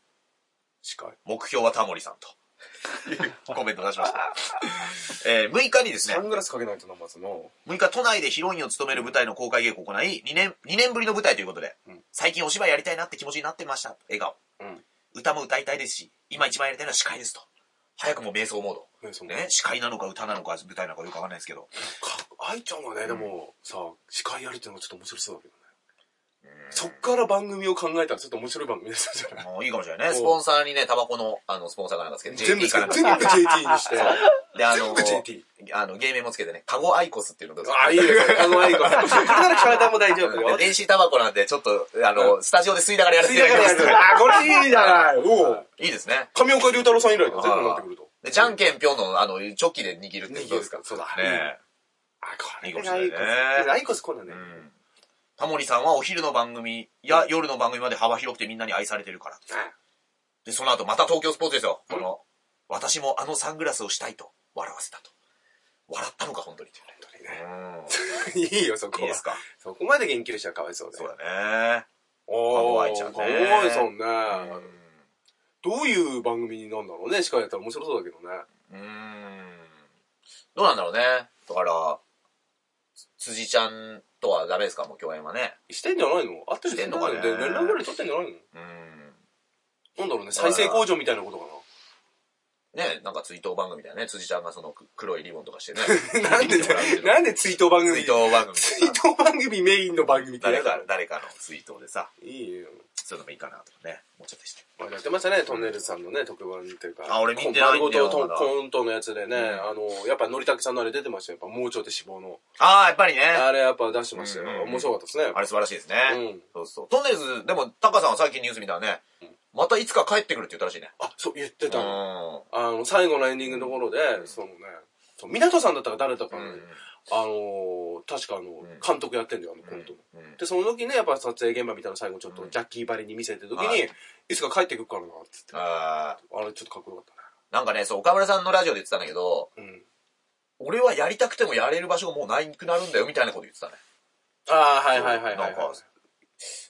B: 司会。
A: 目標はタモリさ
B: (laughs)
A: んと。いうコメントを出しました。えー、6日にですね
B: サ、ングラスかけないとな、まずの。
A: 6日都内でヒロインを務める舞台の公開稽古を行い、2年、2年ぶりの舞台ということで、
B: うん
A: 最近お芝居やりたいなって気持ちになってました。笑顔。
B: うん。
A: 歌も歌いたいですし、今一番やりたいのは司会ですと。早くも瞑想モード。
B: ね、その、
A: ね、司会なのか歌なのか舞台なのかよくわかんないですけど。
B: か、愛ちゃんはね、でも、さ、司会やるっていうのがちょっと面白そうだけどね。そっから番組を考えたらちょっと面白い番組ですよ
A: (laughs)
B: ね。
A: もういいかもしれないね。スポンサーにね、タバコの、あの、スポンサーかなんかつけて、
B: 全部
A: JT
B: つけ
A: か
B: て
A: なんかつけ
B: 全部 JT に
A: (laughs)
B: して。
A: て。で、あ
B: 全
A: の
B: 部、JT。
A: あの、芸名もつけてね、カゴアイコスっていうのどうですか
B: あ、いいよ、あの、愛子 (laughs) さん。それなら体も大丈夫よ。
A: 電子タバコなんで、ちょっと、あの、スタジオで吸いながらやら
B: 吸
A: せ
B: い
A: ていた
B: な
A: だきま
B: がらや
A: す
B: る。。あ、これいいじゃない。おう
A: いいですね。
B: 神岡龍太郎さん以来だ、全部なってくると。
A: で、じゃんけんぴょんの、あの、チョキで握るってどうですか
B: そうだ。
A: ね
B: あ、これ
A: いいかもしれないね
B: アイコス今度
A: え。
B: ね
A: う。ん。タモリさんはお昼の番組や夜の番組まで幅広くてみんなに愛されてるから。で、その後また東京スポーツですよ。この、私もあのサングラスをしたいと笑わせたと。笑ったのか、本当に。
B: いいよ、そこ
A: いいで
B: は
A: す。か。
B: そこまで言及しちゃかわいそうだ
A: そう
B: よ。
A: だね。
B: お
A: かわいちゃんね
B: かわいさん
A: う
B: ね。
A: ん
B: どういう番組になんだろうね、司会やったら面白そうだけどね。
A: うーんどうなんだろうね。だから、つ辻ちゃんとはダメですかもう共演はね。
B: してんじゃないのあってる
A: してんのかね
B: で連絡ぐらい取ってんじゃない
A: うーん。
B: のなんだろうね、再生工場みたいなことか。
A: ねなんか追悼番組だよね。辻ちゃんがそのく黒いリボンとかしてね
B: (laughs) な。なんで
A: 見てもらうってい、うの
B: なんで追悼番組
A: 追悼番組。
B: (laughs) 追悼番組メインの番組って
A: 誰
B: やだ
A: か、誰かの追悼でさ、
B: いいよ。
A: そういうのもいいかなとかね、思っちゃったりして。
B: あやってましたね、トンネルズさんのね、特番っていうか。
A: あ俺見てないんだよ
B: 丸ごと
A: まだ
B: コンコントのやつでね、
A: うん
B: あの、やっぱのりたけさんのあれ出てましたよ。やっぱ盲腸で死亡の。
A: ああ、やっぱりね。
B: あれやっぱ出してましたよ。
A: うんうんうん
B: 面白かったですね。
A: あれ素晴らしいですね。
B: うん
A: そうそう。トンネルズ、でも、タカさんは最近ニュース見たらね、またいつか帰ってくるって言ったらしいね。
B: あ、そう、言って
A: う
B: たの。
A: ん。
B: あの、最後のエンディングのところで、そのね、そう港さんだったか誰だったかね、
A: うん
B: あのー確かあの、
A: ん
B: 監督やってんだよ、あのコントの。
A: うん
B: で、その時ね、やっぱ撮影現場みたいな最後ちょっとジャッキーバリに見せて時に、
A: はい
B: い、つか帰ってくるからな、つって。
A: あー
B: あれちょっとかっこよかっ
A: なんかね、そう、岡村さんのラジオで言ってたんだけど、
B: たね。うん。
A: 俺はやりたくてもやれる場所がもうないくなるんだよみたいなこと言ってたね。
B: ああ、はいはいはいはい、はい。
A: なんか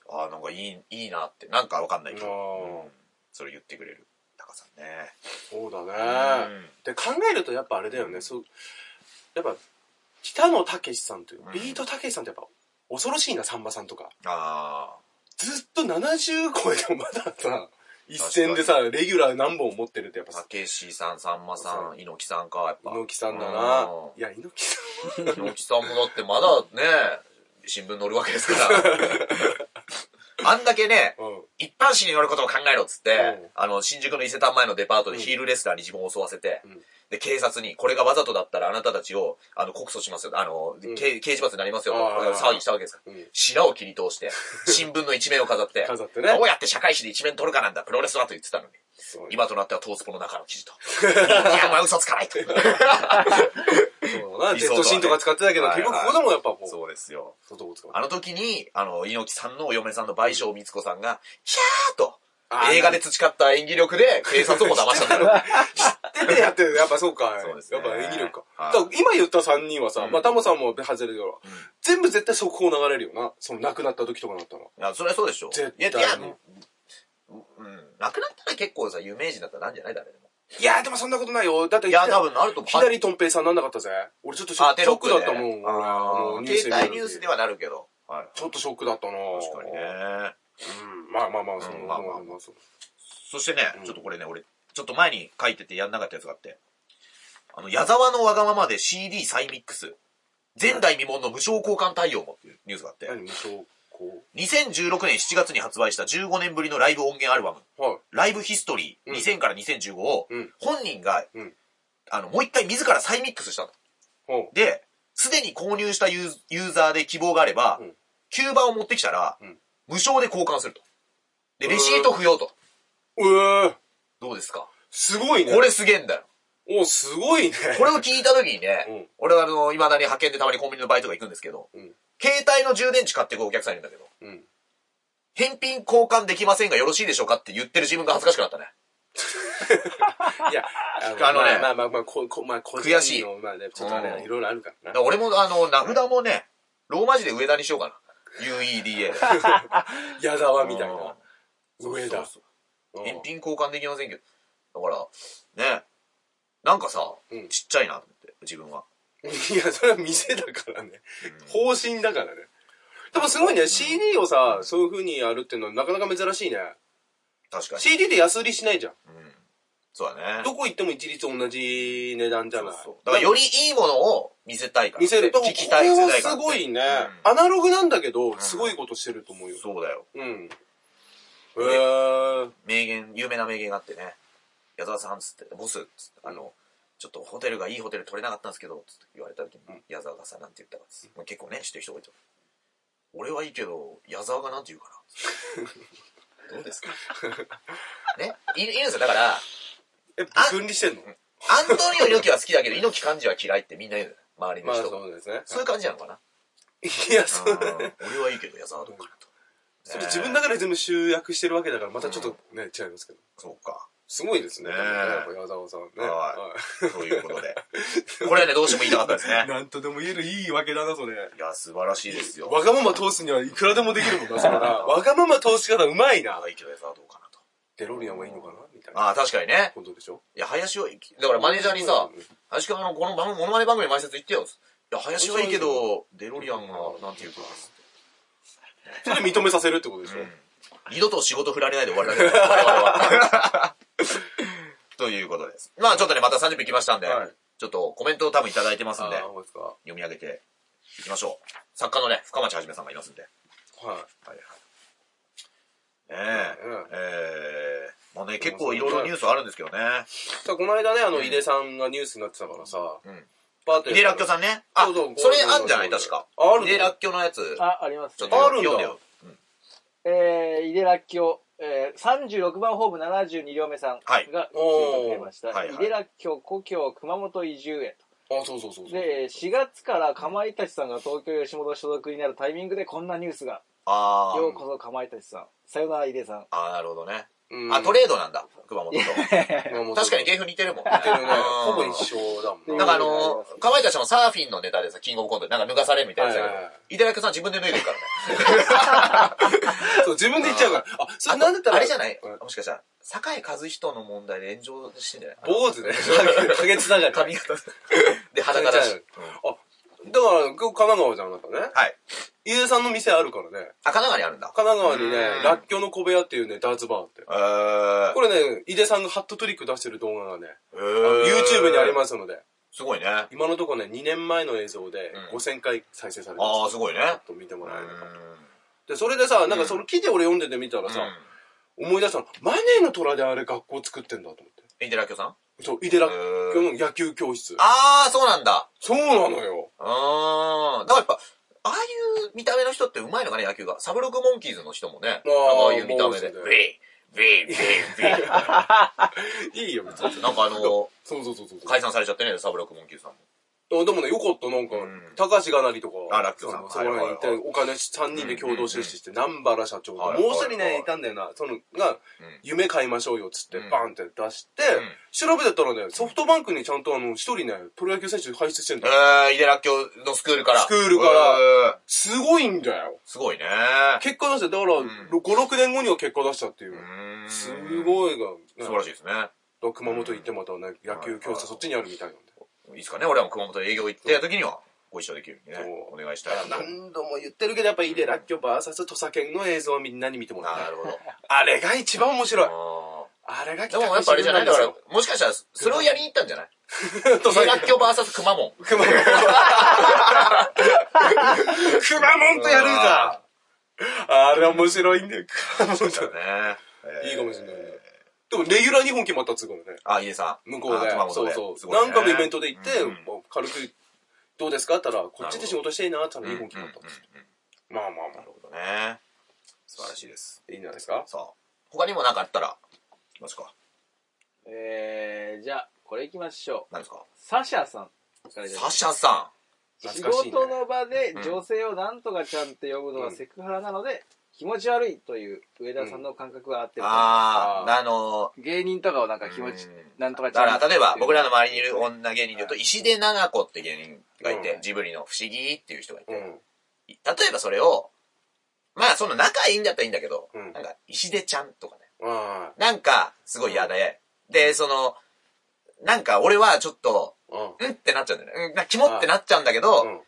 A: ああ、なんかいい、いいなって、なんかわかんないけど、
B: あー
A: うんそれ言ってくれる。タカさんね。
B: そうだね、
A: うん
B: で考えるとやっぱあれだよねそうやっぱ北野武さんという、
A: うん
B: ビートたけしさんってやっぱ恐ろしいなさんまさんとか
A: あ
B: ずっと70超えてもまだ
A: (laughs)
B: さ一戦でさレギュラー何本持ってるってやっ
A: あ、
B: ぱ
A: たけしさん、さんまさん、猪木さんか、やっぱ。
B: 猪木さんだ
A: う
B: なんいや猪木さ
A: 猪木さんもだってまだね、新聞載るわけです
B: (laughs)
A: から。あんだけね、
B: ん、うん、
A: 一般紙に乗ることを考えろっつって、
B: うん
A: あの、新宿の伊勢丹前のデパートでヒールレスラーに自分を襲わせて、
B: うん
A: で、警察に、これがわざとだったらあなたたちを、あの、告訴しますよ。あの、
B: うん
A: け刑事罰になりますよ。
B: あー
A: 騒ぎしたわけですから。
B: うん
A: 白を切り通
B: (laughs)
A: して、新聞の一面を飾って、
B: 飾ってね
A: どうやって社会誌で一面取るかなんだ、プロレスはと言ってたのに。
B: そう
A: 今となってはトースポの中の記事と。
B: (laughs)
A: いや、お前嘘つかないと。
B: そうだな
A: 理
B: ジェ
A: 想とはね
B: ットシーンとか使ってたけど、
A: はいはい
B: 結局ここでもやっぱこう
A: そうですよ。
B: 外を使う
A: あの時に、あの、猪木さんのお嫁さんの賠償光子さんが、キャーと
B: あ、ー
A: 映画で培った演技力で警察をも騙したん
B: (laughs)
A: だよ。
B: 手で (laughs) やってるやっぱそうか
A: そうですね
B: やっぱ演技力か,、
A: はい
B: だから今言った3人はさ、
A: うん
B: まあタモさんも外れるよ、全部絶対速報流れるよなその亡くなった時とかなったら
A: いや、それはそうでしょ。
B: 絶
A: いや、
B: 対
A: い
B: に
A: や、もううん、亡くなったら結構さ、有名人だったらなんじゃない誰でも。
B: いやーでもそんなことないよだって
A: いや、多分なると思う。
B: 左とん平さんなんなかったぜ俺ちょっとショッ
A: あ、
B: ク
A: テ
B: ショ
A: ロ
B: ッ
A: ッ
B: ク
A: プ
B: だ
A: で
B: ったもん俺あの
A: あー携帯ニュースで
B: は
A: はなるけど。はい。
B: ちょっとショックだったな
A: 確かにね。
B: うんまあまあまあそ
A: う
B: の、
A: ん
B: ま
A: ま
B: あ
A: あ
B: ま
A: ま
B: あ
A: あ
B: まあそう
A: そしてね
B: う、ん
A: ちょっとこれね、俺、ちょっと前に書いててやんなかったやつがあって、あの、矢沢のわがままで CD 再ミックス、前代未聞の無償交換対応もっていうニュースがあって、
B: 何無償こ
A: 2016年7月に発売した15年ぶりのライブ音源アルバム、
B: うはい
A: ライブヒストリー
B: うん
A: 2000から2015を
B: うん、
A: 本人が
B: うん、
A: あの、もう一回自ら再ミックスしたの。
B: ほ
A: で、すでに購入したユーユーザーで希望があれば、
B: うん
A: キューバを持ってきたら、
B: うん
A: 無償で交換すると。で、
B: うん
A: レシート不要と。
B: うえー、
A: どうですか
B: すごいね。
A: これすげえんだよ。
B: お、すごいね。
A: これを聞いた時にね、
B: うん
A: 俺はあの、未だに派遣でたまにコンビニのバイトが行くんですけど、
B: うん
A: 携帯の充電池買ってくお客さんいるんだけど、
B: うん。
A: 返品交換できませんがよろしいでしょうかって言ってる自分が恥ずかしくなったね。
B: いや、
A: (laughs) あのね
B: まあまあまあ、ここまあ、個人
A: 悔しい
B: のまあね、ちょっと
A: う
B: ね、
A: ん
B: いろいろあるから
A: だか
B: な。
A: ら俺もあの、名札もね、ローマ字で上田にしようかな。UEDA
B: (laughs)
A: で。
B: 矢沢みたいな。
A: うん
B: 上だ。
A: そう
B: う
A: そうん返品交換できませんけど。だから、ね、なんかさ、
B: うん
A: ちっちゃいなと思って、自分は。
B: いや、それは店だからね。方針だからね。でもすごいね、CD をさ、そういう風にやるっていうのはなかなか珍しいね。
A: 確かに。
B: CD で安売りしないじゃん。
A: うん。そうだね。
B: どこ行っても一律同じ値段じゃない。
A: そうだからよりいいものを見せたいから。
B: 見せると、こ
A: 聞きたい
B: れ
A: 世
B: は
A: 代があ
B: す
A: って
B: ごいね。
A: うん
B: アナログなんだけど、すごいことしてると思うよ。
A: そうだよ。
B: うん。えー。
A: 名言、有名な名言があってね。矢沢さんっつって、ボスっつって、あの、ちょっとホテルがいいホテル取れなかったんですけど、つって言われた時に、
B: うん
A: 矢沢がさ、なんて言ったかっつってまあ結構ね、知ってる人多いと思う。俺はいいけど、矢沢がなんて言うかなっつって。どうですかねい、いるんですよ。だから、
B: え、分離してんの
A: アントニオ猪木は好きだけど、猪木幹事は嫌いってみんな言うのよ。周り
B: ま
A: の
B: あ
A: 人が。
B: そうですね。
A: そういう感じなのかな。
B: いや、そ
A: う
B: う。
A: ん俺はいいけど、矢沢はどうかなと。
B: (laughs) それ自分の中で全部集約してるわけだから、またちょっとね、違いますけど。
A: そうか。
B: すごいですね。
A: ねえ
B: やっぱ矢沢さんね。
A: はということで。これはね、どうしても言いたかったです
B: (laughs)
A: ね。
B: なんとでも言えるいいわけだな、それ。
A: いや、素晴らしいですよ。
B: わがまま通すにはいくらでもできるもんな、それな。 (laughs) わがまま通し方うまいな。
A: いいけど、矢沢はどうかなと。
B: デロリアンはいいのかなみたいな
A: ああ、確かにね。
B: ことでしょ
A: いや、林はいい。だからマネージャーにさ
B: うん、
A: 林くん、あの、この番モノマネ番組毎節言ってよ。いや、林はいいけど、デロリアンが、なんていうか、
B: それ認めさせるってことでしょ
A: 二度と仕事振られないで終わりだけど、我々は。 (laughs) ということです。まあ、ちょっとね、また30分来ましたんで
B: はい、
A: ちょっとコメントを多分いただいてますんで、
B: そうですか。は
A: 読み上げていきましょう。作家のね、深町はじめさんがいますんで。はいはい。ね
B: うん
A: え。えー、まあね、結構いろいろニュースあるんですけどね。
B: い。さあ、この間ね、あの、
A: うん
B: 井出さんがニュースになってたからさ、
A: うん。
B: パート
A: イデラッキョさんね。あ、
B: そうそう
A: それあんじゃない確か。
B: ある
A: イデラッキョのやつ。
C: あ、あります
A: ちょっ
C: ね
A: と。
B: あるんだ
A: 読んでよ。
C: えー、井出らっきょう、えー、36番ホーム72両目さんが
A: はい
C: ツイートくれました。
A: おーはいはい
C: 井出らっきょう故郷熊本移住へ
B: あ、そうそうそうそう。
C: と。で、4月からかまいたちさんが東京吉本所属になるタイミングでこんなニュースが。
A: あ
C: よう
A: ー。
C: こそかまいたちさん。さよなら井出さん。
A: あー、なるほどね。
B: うん
A: あ、トレードなんだ。熊本と。
B: 確
A: 確かに芸風似てるもんね。
B: てるね。
A: うん
B: ほぼ一緒だもん
A: なんかあ
C: うん
A: のー、かまいたちのサーフィンのネタでさ、キングオブコントでなんか脱がされるみたいなやつだけ
B: は
A: ど
B: いはいはい、
A: イデラッキョさん自分で脱いでるからね。
B: そう、自分で言っちゃうから。あ、それなんだったら。
A: あれじゃない
B: うん
A: もしかしたら、酒井和人の問題で炎上してんじゃない
B: 坊 (laughs) 主ね。かげつながら。
A: 髪型で裸だし。
B: そう
A: うん
B: だから、今日神奈川じゃなかったね。
A: はい。
B: 家出さんの店あるからね。
A: あ、神奈川にあるんだ。
B: 神奈川にね
A: う、ん
B: らっきょうの小部屋っていうね、ダーツバーって。
A: えー
B: これね、井出さんがハットトリック出してる動画がね、
A: え
B: あの YouTube にあり
A: す。
B: ますので、
A: すごいね。あ
B: 今のところね、2年前の映像で
A: うん
B: 5000回再生されてます。
A: あー、すごいね。
B: ちょっと見ても
A: う
B: らえれば。
A: ん
B: で、それでさ、なんかその記事俺読んでてみたら
A: うん
B: さ、思い出したの、マネーの虎であれ学校作ってんだと思って。
A: インテラキョさん
B: そう、井出らっ
A: へ
B: き
A: ー
B: ょうの野球教室。
A: ああ、そうなんだ。
B: そうなのよ。
A: うーん。だからやっぱ、ああいう見た目の人ってうまいのかね、野球が。サブロクモンキーズの人もね、なんかああいう見た目で。ビー
B: もうそうだよ、
A: ビー、ビー、ビー。
B: いいよ、別
A: (laughs)
B: に。
A: なんかあの、
B: そうそうそうそう。
A: 解散されちゃってね、サブロクモンキーズさんも。
B: あでもね、よかった、なんか
A: うん、
B: 高橋がなりとか、
A: あラッキョさん
B: そこら辺いて、
A: はいはい
B: お金3人で共同出資して、南原社長と、
A: はいはい
B: もう一人
A: はいは
B: ね、
A: い
B: いたんだよな、その、が、夢買いましょうよ、つって
A: う、ん
B: バンって出して
A: ん、
B: 調べてたらね、ソフトバンクにちゃんとあの、一人ね、プロ野球選手輩出してんだよ。
A: えー、イデラッキョのスクールから。
B: スクールから
A: えー。
B: すごいんだよ。
A: すごいね。
B: 結果出して、だから、
A: ん
B: 5、6年後には結果出したっていうう。
A: ーん
B: す
A: い。
B: ごいが、
A: 素晴らしい
B: い。
A: ですね。
B: 熊本行ってまたね、野球教室そっちにあるみたいなんで。
A: いいですかね、俺らも熊本営業行ってた時には、ご一緒できるようにね、
B: そ
A: お願いしたいなと。
B: 何度も言ってるけど、やっぱ、井出らっきょ VS 土佐犬の映像をみんなに見てもらいたい
A: なる (laughs) ほど。
B: あれが一番面白い。
A: あ
B: あれが
A: ーでもやっぱあれじゃないだ
B: だ
A: か、
B: から
A: もしかしたら、それをやりに行ったん (laughs) じゃない
B: ら、と
A: イラッキョバーサス熊門。
B: 熊本。熊本やるか。あれ面白いんだよ、熊本。
A: そうだね。えー
B: いいかもしれないね。でも、レギュラー日本決まったっつうからね。
A: あ、いいねさん。
B: 向こうで。
A: あ熊本
B: そう
A: で。
B: そう。
A: すごいね
B: 何回もイベントで行って
A: うん、
B: もう軽くどうですかって言ったら、こっちで仕事していいなって言ったら2本決まったんですよ。
A: うんうんう
B: まあまあ
A: ん
B: ま
A: なるほどね。素晴らしいです。
B: あ。いいんじゃないですか
A: さあ、他にも何かあったら、いきますか。
C: えー、じゃあ、これ行きましょう。
A: 何ですか
C: サシャさんからいただきま
A: サ
C: し
A: シャさ
C: た。仕
B: 懐かしいね
C: 事の場で女性をなんとかちゃんって呼ぶのはセクハラなので、気持ち悪いという上田さんの感覚があって
A: ん。
C: る、
A: あ
B: あー
A: あ、あの
C: 芸人とかをなんか気持ち
A: うん、
C: なんとかちゃ
A: だ
C: ん。
A: から、例えば、僕らの周りにいる女芸人で言うと、
C: は
A: 石出七子って芸人がいて
B: う、ん
A: ジブリの不思議っていう人がいて、
B: う
A: 例
B: ん。
A: えばそれを、まあ、その仲いいんだったらいいんだけど、
B: うん
A: なんか、石出ちゃんとかね、
B: あ
A: なんか、すごい嫌で、で、その、なんか、俺はちょっと、
B: あ。うん。
A: うんってなっちゃうんだよね。うん、なキモってなっちゃうんだけど、
B: うん。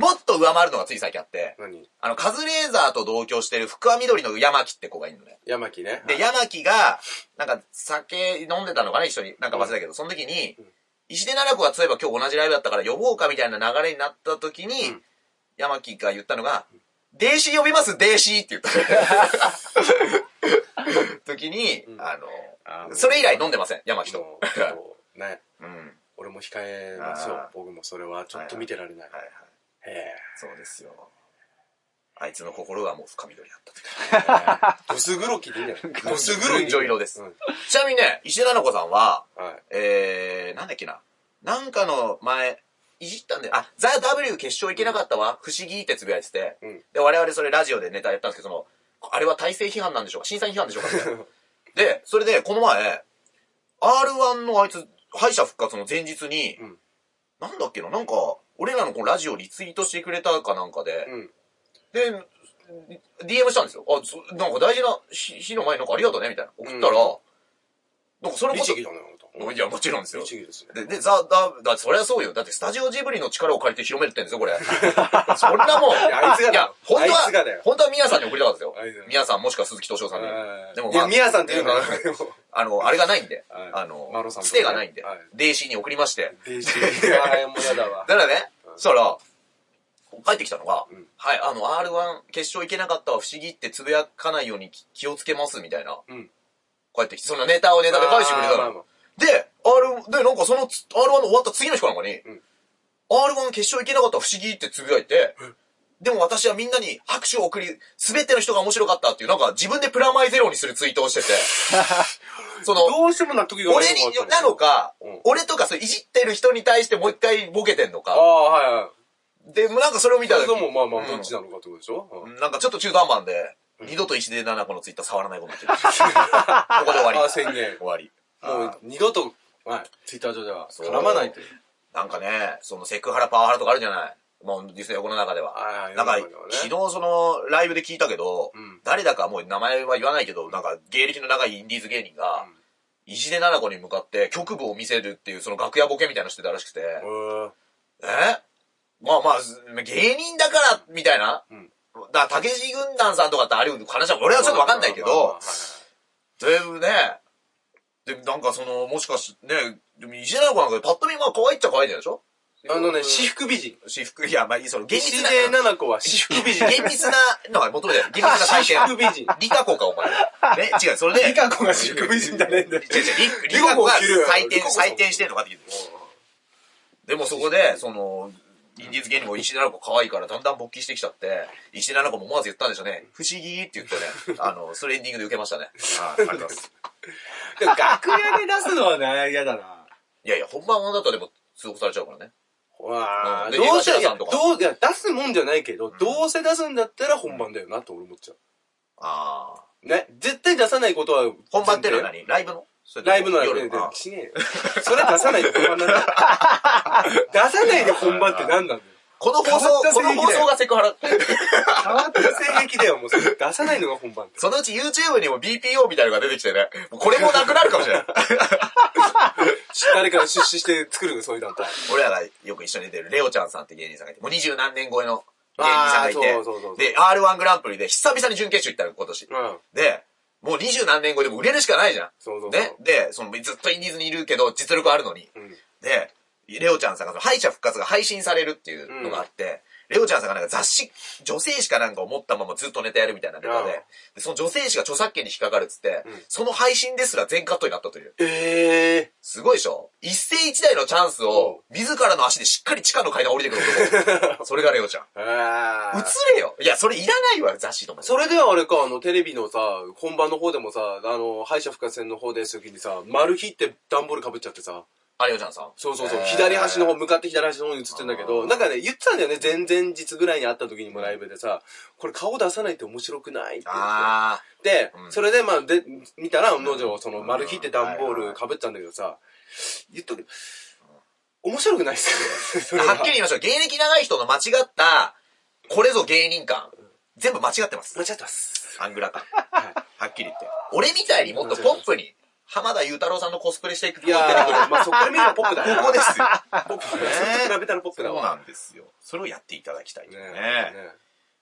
A: もっと上回るのがつい最近あって、
B: 何
A: あの、カズレーザーと同居してる福は緑の山木って子がいるのね。
B: 山木ね。
A: で、
B: や、
A: 山木が、なんか酒飲んでたのかな一緒に。なんか忘れたけど、その時に
B: うん、
A: 石出奈々子がそういえば今日同じライブだったから呼ぼうかみたいな流れになった時に、
B: うん
A: 山木が言ったのが、デーシー呼びますデーシーって言
B: (laughs)
A: った。時に、
B: うん
A: あ
B: あ
A: の、
B: ー
A: それ以来飲んでません、山木と。
B: もうちょっとね、
A: (laughs) うん。はいはい。
B: 俺も控えますよ
A: あー。
B: 僕もそれはちょっと見てられない。へえ。
A: そうですよ。あいつの心はもう深緑だったという。
B: ドス黒木でいいんじゃ (laughs) ないドス黒
A: 群青色です
B: うん
A: ちなみにね、石出奈々子さんは、
B: はい。
A: えー、なんだっけな。なんかの前、いじったんだよ。あ、ザ・ W 決勝行けなかったわ。不思議ってつぶやいてて。
B: うん
A: で、我々それラジオでネタやったんですけど、その、あれは体制批判なんでしょうか審査員批判でしょうかみ
B: (laughs)
A: たいなで、それで、この前、R1 のあいつ、敗者復活の前日に、
B: うん
A: なんだっけな、なんか、俺らのこのラジオリツイートしてくれたかなんかで、
B: うん。
A: で、DM したんですよ。あ、そなんか大事な日日の前になんかありがとうね、みたいな。送ったら、
B: う
A: なんかそれこ
B: 律
A: そ、
B: 儀だね、あなた。
A: いや、もちろんですよ。
B: 律儀ですね。
A: で、で、ザ・ダ・だってそりゃそうよ。だってスタジオジブリの力を借りて広めるってんですよ、これ。 (laughs) そんなもん。い
B: やあいつがだよ
A: や、本当
B: あいつがだ
A: は
B: よ、
A: 本当は宮さんに送りたかった
B: あ
A: で
B: い
A: す
B: つがだ
A: よ
B: よ。
A: 宮さんもしくは鈴木敏夫さんに。で
B: で
A: も
B: も、
A: まあ
B: 宮さんっていうのは、 (laughs)
A: あの、あれがないんで
B: はい。
A: あの
B: マロ、さんと
A: つ
B: ね
A: てがないんで
B: はい。
A: デイシーに送りまして。
B: デイジー。あれもやだわ。
A: だからね、そしたら、帰ってきたのが
B: うん、
A: はい、あの、R1 決勝行けなかったは不思議ってつぶやかないように気気をつけます、みたいな。
B: うん
A: 帰ってきて、そんなネタをネタで返してくれた
B: あーまあ
A: の
B: まあ。
A: で、R、で、なんかそのつ R1 の終わった次の日かなんかに、
B: うん
A: R1 決勝行けなかったら不思議ってつぶやいて、でも私はみんなに拍手を送り、すべての人が面白かったっていう、なんか自分でプラマイゼロにするツイートを
B: (laughs)
A: してて、その、
B: どうしても納得いかない
A: 俺に、なのか、
B: うん
A: 俺とかそういじってる人に対してもう一回ボケてんの
B: あ
A: か、
B: あ、はいはい。
A: で、なんかそれを見た
B: それ
A: 時
B: ともまあま
A: うん
B: あ、どっちなのかってことでしょうん
A: なんかちょっと中途半端で、
B: ん
A: 二度と石出七子のツイッター触らないことになってる。ここで終わり。
B: あ宣言
A: 終わり。
B: も
A: あ
B: う二度と、はい、ツイッター上では
A: そう
B: 絡まないという。
A: なんかね、そのセクハラパワハラとかあるじゃない。もう実際この中では。
B: ああ
A: なんか、
B: 世の中ではね
A: 昨日そのライブで聞いたけど、
B: うん
A: 誰だかもう名前は言わないけど、なんか芸歴の長いインディーズ芸人が、石出七子に向かって局部を見せるっていうその楽屋ボケみたいなのしてたらしくて、
B: うん
A: えまあまあ、芸人だから、みたいな。
B: うん
A: だから、たけし軍団さんとかってある話は、俺はちょっとわかんないけ
B: まあまあま
A: ど、だいぶね、で、なんかその、もしかして、ね、でも石田奈々子なんかでパッと見まあ可愛いっちゃ可愛いじゃないでしょ
B: あのね、私服美人。
A: 私服、いや、まあいい、その、現
B: 石
A: 実
B: 井
A: な、
B: 玲奈々子は私服美人。
A: 現実なのが求めてる。現実な体
B: 私
A: 験。
B: 服美人。
A: リカ子か、お前。ね、違う、それで。
B: リカ子が私服美人じゃねえんだよ
A: 違う違うリリカ子が
B: リカ子を着るよ
A: 採
B: リ
A: 点、
B: カ子さん
A: 採点してんのかって聞いてるでもそこで、その、インディーズ芸人も石田奈々子可愛いからだんだん勃起してきちゃって、石田奈々子も思わず言ったんでしょうね。不思議って言ってね、あの、それエンディングで受けましたね。はい、ありがとうございます。
B: でも楽屋で出すのはね、嫌だな。
A: いやいや、本番はだとでも通報されちゃうからね。う
B: わあ、
A: ん
B: ど
A: で
B: う
A: 東
B: せ、い
A: 野
B: や
A: さんとか
B: どう、いや、出すもんじゃないけど、どうせ出すんだったら本番だよなって俺思っちゃ
A: ああ。
B: う。ね、絶対出さないことは、
A: 本番ってのは何ライブのそれとも
B: ライブのライブ
A: 夜
B: で
A: のあ、
B: しねえよ。それ出さないで本番なんだよ。
A: (laughs)
B: 出さないで本番って何なんだよ。
A: この放
B: 変わった
A: 送、こ
B: 性
A: の
B: 癖だよ
A: 放送がセクハラ。
B: 変わった性癖だよ、もうそれ。出さないのが本番って。
A: そのうち YouTube にも BPO みたいなのが出てきてね、もうこれもなくなるかもしれない。
B: 誰かが出資して作るの、そういう団体。
A: (laughs) 俺らがよく一緒に出るレオちゃんさんって芸人さんがいて、もう二十何年超えの芸人さんがいて、
B: あーそうそうそうそう
A: で、R1 グランプリで久々に準決勝行ったの、今年。
B: うん。
A: で、もう二十何年超えでも売れるしかないじゃん。
B: そうそうそう
A: ね。で、そのずっとインディーズにいるけど、実力あるのに。
B: うん
A: で、レオちゃんさんがその敗者復活が配信されるっていうのがあって、レオちゃんさんがなんか雑誌、女性誌かなんかを持ったままずっとネタやるみたいなネタ
B: うん
A: で、でその女性誌が著作権に引っかかるっつって、
B: うん
A: その配信ですら全カットになったという。
B: ええ
A: すごいでしょ一世一代のチャンスを、自らの足でしっかり地下の階段降りてくる男。 (laughs) それがレオちゃん。
B: ー。あ
A: 映
B: ー
A: れよいや、それいらないわ、雑誌とか。
B: それではあれか、あの、テレビのさ、本番の方でもさ、あの、敗者復活戦の方です時にさ、マルヒって段ボール被っちゃってさ、
A: あ、レオちゃんさん。
B: そうそうそう、
A: えー
B: 左端の方、向かって左端の方に映ってんだけ
A: あ
B: ど、
A: ー
B: なんかね、言ってたんだよね、前々日ぐらいに会った時にもライブでさ、これ顔出さないって面白くないって言っ
A: あ
B: て、で
A: う、ん
B: それでまあ、で、見たら、農場、その、マルヒって段
A: は
B: ボー
A: いは
B: ル
A: い
B: 被っちゃうんだけどさ、言っとく、面白くないっすよそ
A: ー
B: れ
A: はっきり言いましょう。芸歴長い人の間違った、これぞ芸人感。全部間違ってます
B: 間違。ってます。
A: アングラ感。
B: はい
A: はっきり言って。俺みたいにもっとポップに、浜田雄太郎さんのコスプレしていく
B: いやー、まあ、そこから見たらポップ
A: (laughs)
B: だよ。
A: ここですよ。
B: ポップ。それと比べたらポップだ
A: そう
B: わ。
A: なんですよ。それをやっていただきたいと
B: ね
A: ね。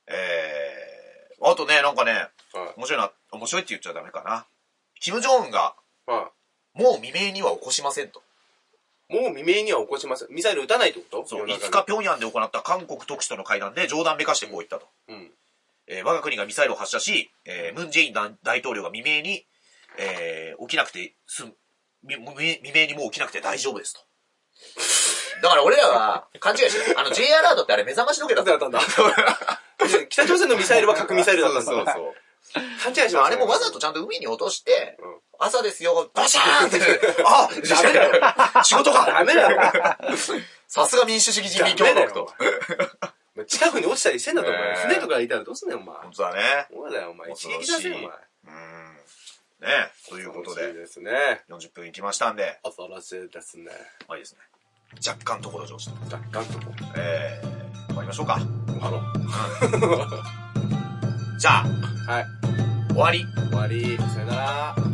B: ね
A: えー、あとね、なんかね、
B: はい
A: 面白いな、面白いって言っちゃダメかな。キム・ジョンウンが、
B: は
A: もう未明には起こしませんと。
B: い。もう未明には起こします。ミサイル撃たないってこと
A: そう、
B: 夜中
A: 5日
B: に
A: 平壌で行った韓国特使との会談で冗談めかしてこう言ったと。
B: うん。
A: えー我が国がミサイルを発射し、えームン・ジェイン大大統領が未明に、えー起きなくて済む、み未未明にもう起きなくて大丈夫ですと。だから俺らは勘違いしてる。あの J アラートってあれ目覚まし時計だった
B: だったんだ。北朝鮮のミサイルは核ミサイルだったんだ。
A: そうそうそう
B: 勘違い
A: (laughs)
B: し
A: でも
B: ま
A: あ
B: す
A: れもわざとちゃんと海に落として
B: うん、
A: 朝ですよ、バシャーンって、 (laughs) あダメだよ (laughs) 仕事か
B: ダメだよ。
A: さすが民主主義人民共和国と。
B: お前近くに落ちたりしてんだと、お前
A: ね。え
B: 船とかいたらどうすんねん、お前。
A: 本当だね。
B: そうだよ、お前。一
A: 恐
B: 撃
A: ろしい
B: だぜ、お前。
A: うん。ねということ
B: 恐ろしい
A: で、
B: ですね。
A: 40分いきましたんで、
B: 恐ろしいですね。
A: まあいいですね。若干ところ上司と。
B: ガッガンとこ
A: えー、終わりましょうか。
B: う。あの、
A: じゃあ、
B: はい。
A: 終わり。
B: 終わり。さよなら。